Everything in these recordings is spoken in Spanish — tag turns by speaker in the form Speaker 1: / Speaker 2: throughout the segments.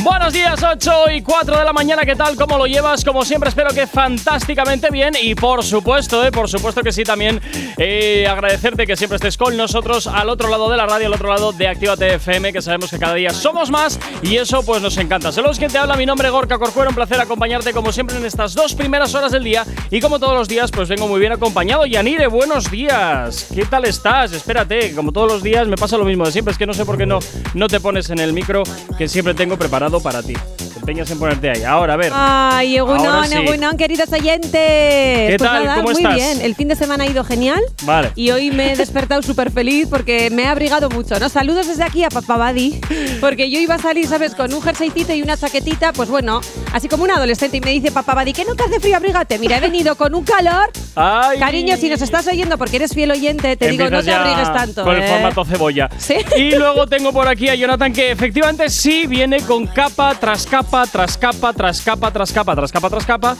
Speaker 1: Buenos días, 8 y 4 de la mañana, ¿qué tal? ¿Cómo lo llevas? Como siempre, espero que fantásticamente bien y por supuesto, eh, por supuesto que sí, también eh, agradecerte que siempre estés con nosotros al otro lado de la radio, al otro lado de Actívate FM, que sabemos que cada día somos más y eso pues nos encanta. Saludos, quien te habla, mi nombre es Gorka Corcuero, un placer acompañarte como siempre en estas dos primeras horas del día y como todos los días, pues vengo muy bien acompañado. Yanire, buenos días, ¿qué tal estás? Espérate, como todos los días me pasa lo mismo de siempre, es que no sé por qué no, no te pones en el micro que siempre tengo preparado para ti. Te empeñas en ponerte ahí. Ahora, a ver.
Speaker 2: Ah. Ay, Egunon,
Speaker 1: sí.
Speaker 2: Egunon, queridos oyentes.
Speaker 1: ¿Qué
Speaker 2: Pues
Speaker 1: tal?
Speaker 2: nada,
Speaker 1: ¿Cómo
Speaker 2: muy
Speaker 1: estás?
Speaker 2: bien. El fin de semana ha ido genial.
Speaker 1: Vale.
Speaker 2: Y hoy me he despertado súper feliz porque me he abrigado mucho, ¿no? Saludos desde aquí a Papabadi, porque yo iba a salir, ¿sabes? Con un jerseycito y una chaquetita, pues bueno, así como un adolescente y me dice Papabadi, ¿qué no te hace frío? Abrígate. Mira, he venido con un calor.
Speaker 1: Ay.
Speaker 2: Cariño, si nos estás oyendo porque eres fiel oyente, te digo, no
Speaker 1: Empiezas
Speaker 2: te
Speaker 1: ya
Speaker 2: abrigues tanto.
Speaker 1: Con el
Speaker 2: ¿eh?
Speaker 1: formato cebolla.
Speaker 2: Sí.
Speaker 1: Y luego tengo por aquí a Jonathan que efectivamente sí viene con capa tras capa, tras capa, tras capa, tras capa, tras capa, tras capa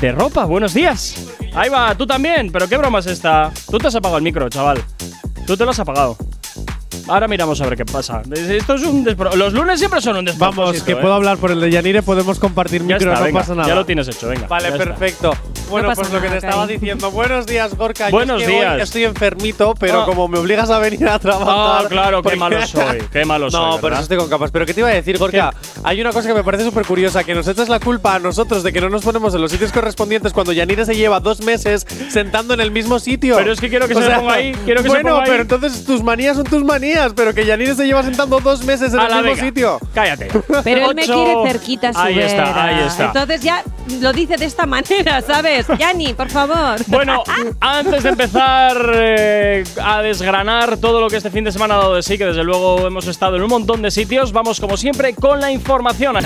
Speaker 1: de ropa. Buenos días. Ahí va, tú también. Pero qué broma es esta. Tú te has apagado el micro, chaval. Tú te lo has apagado. Ahora miramos a ver qué pasa. Esto es un despro- Los lunes siempre son un despropósito.
Speaker 3: Vamos, que
Speaker 1: ¿eh?
Speaker 3: puedo hablar por el de Yanire, podemos compartir
Speaker 1: Ya
Speaker 3: micro,
Speaker 1: está,
Speaker 3: no
Speaker 1: venga,
Speaker 3: pasa nada.
Speaker 1: Ya lo tienes hecho, venga.
Speaker 3: Vale,
Speaker 1: ya está.
Speaker 3: perfecto. Bueno,
Speaker 2: pasa
Speaker 3: pues lo que
Speaker 2: nada,
Speaker 3: te estaba
Speaker 2: Kai.
Speaker 3: diciendo. Buenos días, Gorka. Yo
Speaker 1: Buenos
Speaker 3: es que hoy
Speaker 1: días.
Speaker 3: estoy enfermito, pero
Speaker 1: Ah.
Speaker 3: como me obligas a venir a
Speaker 1: Ah,
Speaker 3: trabajar.
Speaker 1: claro, qué
Speaker 3: porque-
Speaker 1: malo soy. Qué malo soy.
Speaker 3: No, pero
Speaker 1: ¿verdad?
Speaker 3: eso estoy con capas. Pero ¿qué te iba a decir, Gorka? Hay una cosa que me parece súper curiosa, que nos echas la culpa a nosotros de que no nos ponemos en los sitios correspondientes cuando Yanire se lleva dos meses sentando en el mismo sitio.
Speaker 1: Pero es que quiero que se ponga ahí, quiero que se
Speaker 3: bueno,
Speaker 1: ponga ahí.
Speaker 3: pero entonces tus manías son tus manías, pero que Yanire se lleva sentando dos meses en
Speaker 1: A
Speaker 3: el
Speaker 1: la
Speaker 3: mismo
Speaker 1: venga.
Speaker 3: sitio.
Speaker 1: Cállate.
Speaker 2: Pero él me
Speaker 1: Ocho.
Speaker 2: quiere cerquita a su
Speaker 1: Ahí está,
Speaker 2: vera.
Speaker 1: ahí está.
Speaker 2: Entonces ya lo dice de esta manera, ¿sabes? Yani, por favor.
Speaker 1: Bueno, antes de empezar eh, a desgranar todo lo que este fin de semana ha dado de sí, que desde luego hemos estado en un montón de sitios, vamos como siempre con la información.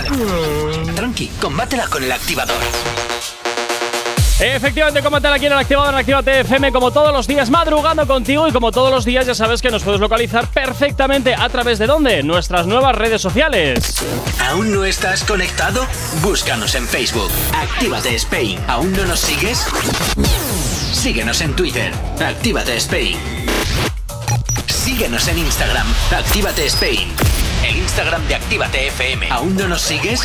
Speaker 4: Tranqui, combátela con el activador.
Speaker 1: Efectivamente, como tal aquí en el Activador, en Actívate FM, como todos los días, madrugando contigo y como todos los días ya sabes que nos puedes localizar perfectamente a través de dónde? Nuestras nuevas redes sociales.
Speaker 4: ¿Aún no estás conectado? Búscanos en Facebook. Actívate Spain. ¿Aún no nos sigues? Síguenos en Twitter. Actívate Spain. Síguenos en Instagram. Actívate Spain. El Instagram de Actívate FM. ¿Aún no nos sigues?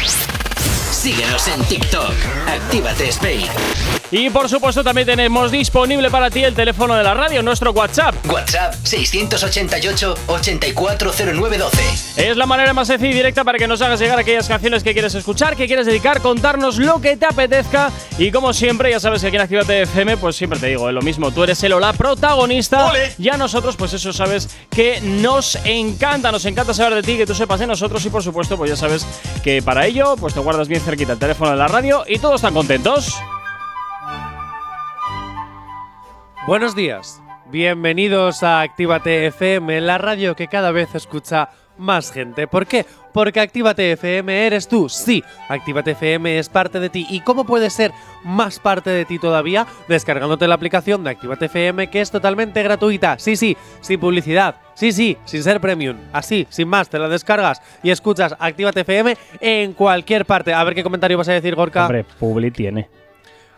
Speaker 4: Síguenos en TikTok. Actívate Spain.
Speaker 1: Y por supuesto también tenemos disponible para ti el teléfono de la radio, nuestro WhatsApp.
Speaker 4: WhatsApp 688 840912.
Speaker 1: Es la manera más sencilla y directa para que nos hagas llegar aquellas canciones que quieres escuchar, que quieres dedicar, contarnos lo que te apetezca. Y como siempre, ya sabes que aquí en Actívate FM, pues siempre te digo eh, lo mismo. Tú eres el o la protagonista. Y a nosotros, pues eso sabes que nos encanta. Nos encanta saber de ti, que tú sepas de nosotros. Y por supuesto, pues ya sabes que para ello, pues te guardas bien cerquita el teléfono de la radio y todos están contentos.
Speaker 3: Buenos días. Bienvenidos a Actívate FM, la radio que cada vez escucha más gente. ¿Por qué? Porque Actívate FM eres tú. Sí, Actívate FM es parte de ti. ¿Y cómo puede ser más parte de ti todavía? Descargándote la aplicación de Actívate FM que es totalmente gratuita. Sí, sí, sin publicidad. Sí, sí, sin ser premium. Así, sin más, te la descargas y escuchas Actívate FM en cualquier parte. A ver qué comentario vas a decir, Gorka.
Speaker 1: Hombre, Publi tiene.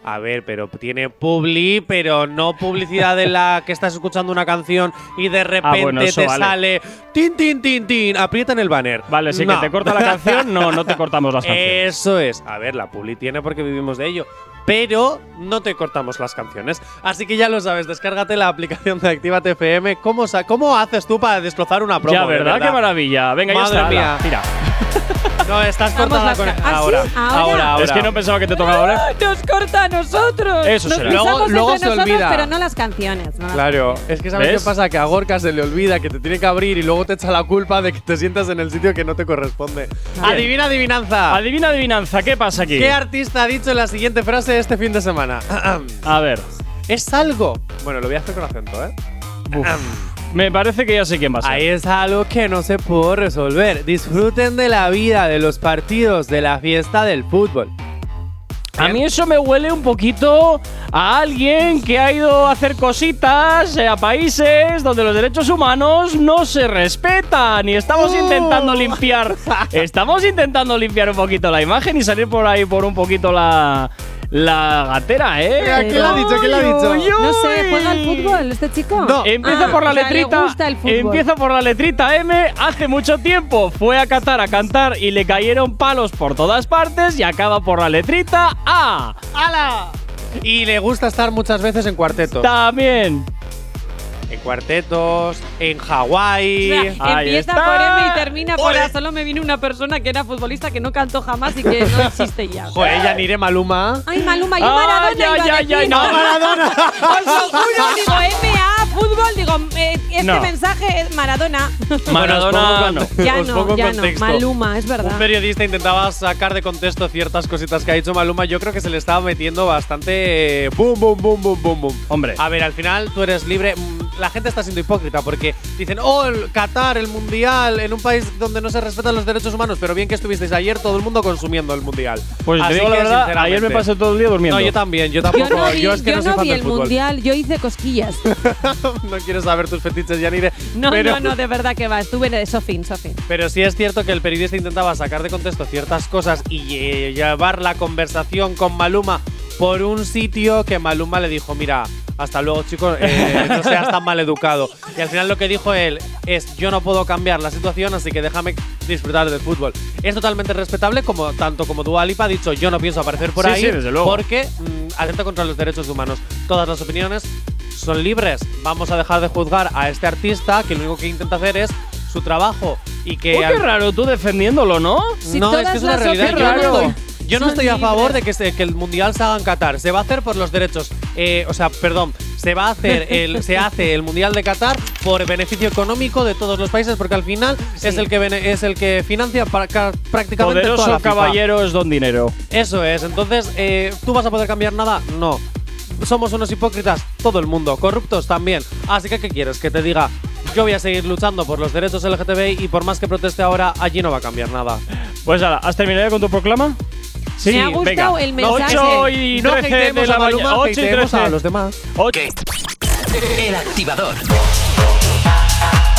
Speaker 3: A ver, pero tiene publi, pero no publicidad de la que estás escuchando una canción y de repente
Speaker 1: Ah, bueno, eso
Speaker 3: te
Speaker 1: vale.
Speaker 3: sale tin tin tin tin, aprieta en el banner.
Speaker 1: Vale, sí
Speaker 3: No. Eh,
Speaker 1: que te corta la canción. No, no te cortamos las canciones.
Speaker 3: Eso es. A ver, la publi tiene porque vivimos de ello. Pero no te cortamos las canciones. Así que ya lo sabes, descárgate la aplicación de Actívate FM. ¿Cómo, sa- cómo haces tú para desplazar una promo?
Speaker 1: ya,
Speaker 3: de
Speaker 1: ¿verdad? Qué maravilla. Venga, ya
Speaker 3: Madre
Speaker 1: está. ala,
Speaker 3: mía.
Speaker 1: Mira.
Speaker 3: No, estás
Speaker 2: Vamos,
Speaker 3: cortada
Speaker 2: las
Speaker 3: con…
Speaker 2: ca- ¿Ah, sí?
Speaker 3: Ahora,
Speaker 2: ¿Ahora?
Speaker 3: ahora, ahora.
Speaker 1: Es que no pensaba que te tocaba ahora.
Speaker 2: Nos corta a nosotros.
Speaker 1: Eso
Speaker 2: Nos
Speaker 1: será.
Speaker 2: pisamos
Speaker 3: Luego-
Speaker 2: entre
Speaker 3: luego se
Speaker 2: nosotros,
Speaker 3: olvida.
Speaker 2: Pero no las canciones. ¿no?
Speaker 3: Claro, es que ¿sabes
Speaker 1: ¿Ves?
Speaker 3: qué pasa? Que a Gorka se le olvida que te tiene que abrir y luego te echa la culpa de que te sientas en el sitio que no te corresponde. Adivina adivinanza.
Speaker 1: Adivina adivinanza, ¿qué pasa aquí?
Speaker 3: Ah. ¿Qué artista ha dicho la siguiente frase este fin de semana?
Speaker 1: A ver.
Speaker 3: es algo. Bueno, lo voy a hacer con acento, ¿eh?
Speaker 1: Me parece que ya sé quién va a ser.
Speaker 3: Ahí es algo que no se pudo resolver. Disfruten de la vida, de los partidos, de la fiesta del fútbol.
Speaker 1: A mí eso me huele un poquito a alguien que ha ido a hacer cositas eh, a países donde los derechos humanos no se respetan y estamos
Speaker 3: No.
Speaker 1: intentando limpiar estamos intentando limpiar un poquito la imagen y salir por ahí por un poquito la la gatera,
Speaker 3: Mira,
Speaker 1: ¿eh?
Speaker 3: ¿Quién la ha dicho? ¿Quién la ha dicho?
Speaker 2: No sé, ¿juega al fútbol este chico?
Speaker 3: No.
Speaker 1: Empieza
Speaker 2: Ah,
Speaker 1: por la
Speaker 2: o sea, le
Speaker 1: letrita.
Speaker 2: gusta el fútbol.
Speaker 1: empieza por la letrita M. Hace mucho tiempo fue a Qatar a cantar y le cayeron palos por todas partes y acaba por la letrita A.
Speaker 3: ¡Hala! Y le gusta estar muchas veces en cuartetos.
Speaker 1: También.
Speaker 3: En cuartetos, en
Speaker 2: O
Speaker 3: Hawái.
Speaker 2: sea,
Speaker 1: Ahí
Speaker 2: empieza
Speaker 1: está.
Speaker 2: por M y termina por
Speaker 3: Ole.
Speaker 2: A. Solo me vino una persona que era futbolista que no cantó jamás y que no existe ya.
Speaker 3: Joder, ya ni iré Maluma.
Speaker 2: Ay, Maluma, yo
Speaker 1: Ay,
Speaker 2: Maradona
Speaker 1: ay,
Speaker 2: iba a
Speaker 1: ay,
Speaker 2: decir.
Speaker 1: ay, no,
Speaker 3: Maradona.
Speaker 2: Os lo juro, digo MA, fútbol, digo, eh, este
Speaker 1: No.
Speaker 2: mensaje es Maradona.
Speaker 1: Maradona
Speaker 3: Bueno,
Speaker 1: no.
Speaker 3: os pongo con-
Speaker 2: ya
Speaker 3: os pongo
Speaker 2: no,
Speaker 3: en
Speaker 2: ya no.
Speaker 3: contexto.
Speaker 2: Maluma, es verdad.
Speaker 3: Un periodista intentaba sacar de contexto ciertas cositas que ha dicho Maluma. Yo creo que se le estaba metiendo bastante. eh, Boom, boom, boom, boom, boom, boom.
Speaker 1: Hombre.
Speaker 3: A ver, al final tú eres libre. Mm, La gente está siendo hipócrita porque dicen, oh, el Qatar, el mundial, en un país donde no se respetan los derechos humanos. Pero bien que estuvisteis ayer todo el mundo consumiendo el mundial.
Speaker 1: Pues te
Speaker 3: Así
Speaker 1: digo la
Speaker 3: que,
Speaker 1: verdad, ayer me
Speaker 3: sinceramente-
Speaker 1: pasé todo el día durmiendo.
Speaker 3: No, yo también, yo
Speaker 2: Yo
Speaker 3: tampoco.
Speaker 2: no vi,
Speaker 3: es que
Speaker 2: yo
Speaker 3: no soy
Speaker 2: no
Speaker 3: fan
Speaker 2: vi
Speaker 3: del
Speaker 2: el
Speaker 3: fútbol.
Speaker 2: mundial, yo hice cosquillas.
Speaker 3: no quiero saber tus fetiches, Yanire.
Speaker 2: No,
Speaker 3: pero,
Speaker 2: no, no, de verdad que va. Estuve de Sofín, Sofín.
Speaker 3: Pero sí es cierto que el periodista intentaba sacar de contexto ciertas cosas y eh, llevar la conversación con Maluma por un sitio que Maluma le dijo, mira, hasta luego chicos, eh, no seas tan mal educado. Y al final lo que dijo él es, yo no puedo cambiar la situación, así que déjame disfrutar del fútbol. Es totalmente respetable, como tanto como Dua Lipa ha dicho, yo no pienso aparecer por
Speaker 1: Sí,
Speaker 3: ahí,
Speaker 1: sí, desde luego.
Speaker 3: porque mm, atenta contra los derechos humanos. Todas las opiniones son libres. Vamos a dejar de juzgar a este artista que lo único que intenta hacer es su trabajo y que
Speaker 1: Uy,
Speaker 3: al-
Speaker 1: qué raro, tú defendiéndolo, ¿no?
Speaker 2: Si
Speaker 3: no, es
Speaker 2: todas
Speaker 3: que es una
Speaker 2: las
Speaker 3: realidad. Yo no
Speaker 1: opiniones
Speaker 3: estoy, yo no
Speaker 2: son
Speaker 3: estoy a favor de
Speaker 2: libres.
Speaker 3: que, se- que el mundial se haga en Qatar. Se va a hacer por los derechos. eh, o sea, perdón, se va a hacer el, se hace el mundial de Qatar por beneficio económico de todos los países, porque al final es el que bene- es el que financia para ca- prácticamente toda la
Speaker 1: Poderoso
Speaker 3: FIFA.
Speaker 1: caballero es don dinero.
Speaker 3: Eso es. Entonces, eh, ¿tú vas a poder cambiar nada? No. Somos unos hipócritas, todo el mundo, corruptos también. Así que, ¿qué quieres? Que te diga, yo voy a seguir luchando por los derechos LGTBI y por más que proteste ahora, allí no va a cambiar nada.
Speaker 1: Pues ahora, ¿has terminado con tu proclama? Sí,
Speaker 2: Me ha gustado
Speaker 1: venga.
Speaker 2: el mensaje.
Speaker 1: 8 y
Speaker 3: no
Speaker 1: 13 de
Speaker 3: hateemos
Speaker 1: la
Speaker 3: a Maluma,
Speaker 1: mañana. 8 y
Speaker 3: hateemos
Speaker 1: 13.
Speaker 3: a los demás.
Speaker 1: Ocho-
Speaker 4: ¿Qué? El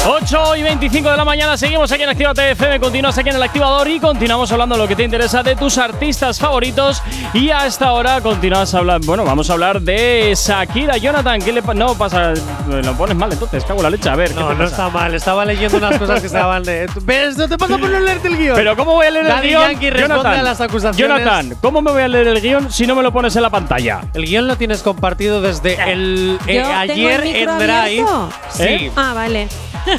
Speaker 1: Ocho y 25 de la mañana. Seguimos aquí en Activa FM. Continúas aquí en el activador y continuamos hablando de lo que te interesa de tus artistas favoritos. Y hasta ahora continuas hablando. Bueno, vamos a hablar de Shakira. Jonathan, ¿qué le pasa? No pasa. Lo pones mal entonces, cago en la leche. A ver, ¿qué
Speaker 3: No,
Speaker 1: te
Speaker 3: no
Speaker 1: pasa?
Speaker 3: está mal, estaba leyendo unas cosas que estaban de. ¿Ves? No te pasa por no leerte el guión.
Speaker 1: Pero ¿cómo voy a leer
Speaker 3: Daddy
Speaker 1: el guión?
Speaker 3: Yankee responde a las acusaciones.
Speaker 1: Jonathan, ¿cómo me voy a leer el guión si no me lo pones en la pantalla?
Speaker 3: el guión lo tienes compartido desde el eh,
Speaker 2: Yo tengo
Speaker 3: ayer
Speaker 2: el micro
Speaker 3: en Drive.
Speaker 2: abierto.
Speaker 3: Sí.
Speaker 1: ¿Eh?
Speaker 2: Ah, vale.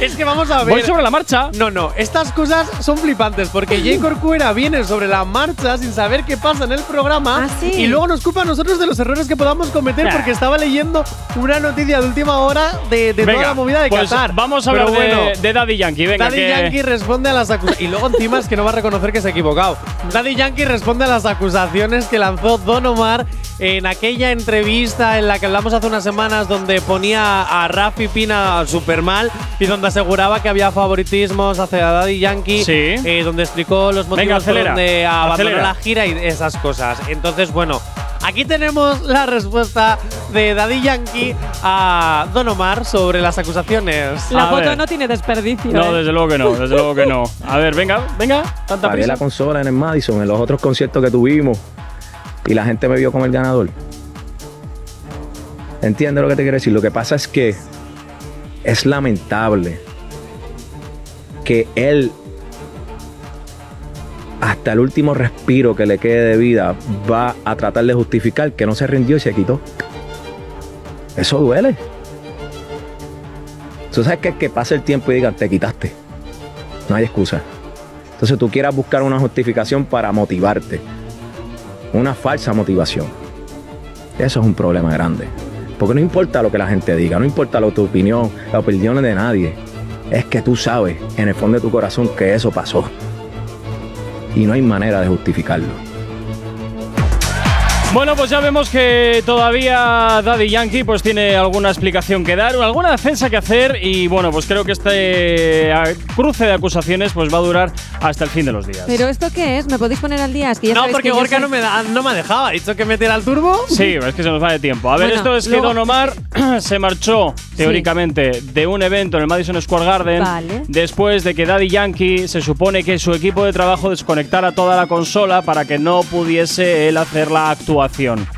Speaker 3: Es que vamos a ver.
Speaker 1: Voy sobre la marcha.
Speaker 3: No, no, estas cosas son flipantes porque Jay Corcuera viene sobre la marcha sin saber qué pasa en el programa
Speaker 2: Ah, sí.
Speaker 3: y luego nos culpa a nosotros de los errores que podamos cometer
Speaker 1: Nah.
Speaker 3: porque estaba leyendo una noticia de última hora de, de
Speaker 1: Venga,
Speaker 3: toda la movida de
Speaker 1: pues
Speaker 3: Qatar.
Speaker 1: Vamos a
Speaker 3: Pero
Speaker 1: hablar de-
Speaker 3: bueno,
Speaker 1: de, Daddy Yankee. Venga,
Speaker 3: Daddy
Speaker 1: que-
Speaker 3: Yankee responde a las acusaciones. y luego encima es que no va a reconocer que se ha equivocado. Daddy Yankee responde a las acusaciones que lanzó Don Omar en aquella entrevista en la que hablamos hace unas semanas donde ponía a Rafi Pina super mal y donde aseguraba que había favoritismos hacia Daddy Yankee.
Speaker 1: Sí.
Speaker 3: eh, donde explicó los motivos
Speaker 1: Venga, acelera,
Speaker 3: por donde abandonó
Speaker 1: acelera.
Speaker 3: la gira y esas cosas. Entonces, bueno. Aquí tenemos la respuesta de Daddy Yankee a Don Omar sobre las acusaciones.
Speaker 2: La
Speaker 1: A
Speaker 2: foto
Speaker 1: ver.
Speaker 2: no tiene desperdicio.
Speaker 1: No,
Speaker 2: ¿eh?
Speaker 1: desde luego que no, desde luego que no. A ver, venga, venga, tanta
Speaker 5: Pagué
Speaker 1: prisa.
Speaker 5: la consola en el Madison, en los otros conciertos que tuvimos, y la gente me vio como el ganador. Entiendo lo que te quiero decir. Lo que pasa es que es lamentable que él, hasta el último respiro que le quede de vida, va a tratar de justificar que no se rindió y se quitó. Eso duele. Tú sabes que, que pasa el tiempo y digan, te quitaste. No hay excusa. Entonces tú quieras buscar una justificación para motivarte. Una falsa motivación. Eso es un problema grande. Porque no importa lo que la gente diga, no importa lo, tu opinión, las opiniones de nadie. Es que tú sabes en el fondo de tu corazón que eso pasó. Y no hay manera de justificarlo.
Speaker 1: Bueno, pues ya vemos que todavía Daddy Yankee pues tiene alguna explicación que dar, alguna defensa que hacer y bueno, pues creo que este a- cruce de acusaciones pues va a durar hasta el fin de los días.
Speaker 2: ¿Pero esto qué es? ¿Me podéis poner al día? Es que ya
Speaker 3: No,
Speaker 2: sabéis que
Speaker 3: porque
Speaker 2: yo
Speaker 3: Gorka
Speaker 2: soy-
Speaker 3: no me, da- no me ha dejado. Ha dicho que metiera el turbo.
Speaker 1: Sí, es que se nos va de tiempo. A ver,
Speaker 2: Bueno,
Speaker 1: esto es que
Speaker 2: luego-
Speaker 1: Don Omar se marchó, teóricamente, de un evento en el Madison Square Garden
Speaker 2: Vale.
Speaker 1: después de que Daddy Yankee se supone que su equipo de trabajo desconectara toda la consola para que no pudiese él hacer la actuación.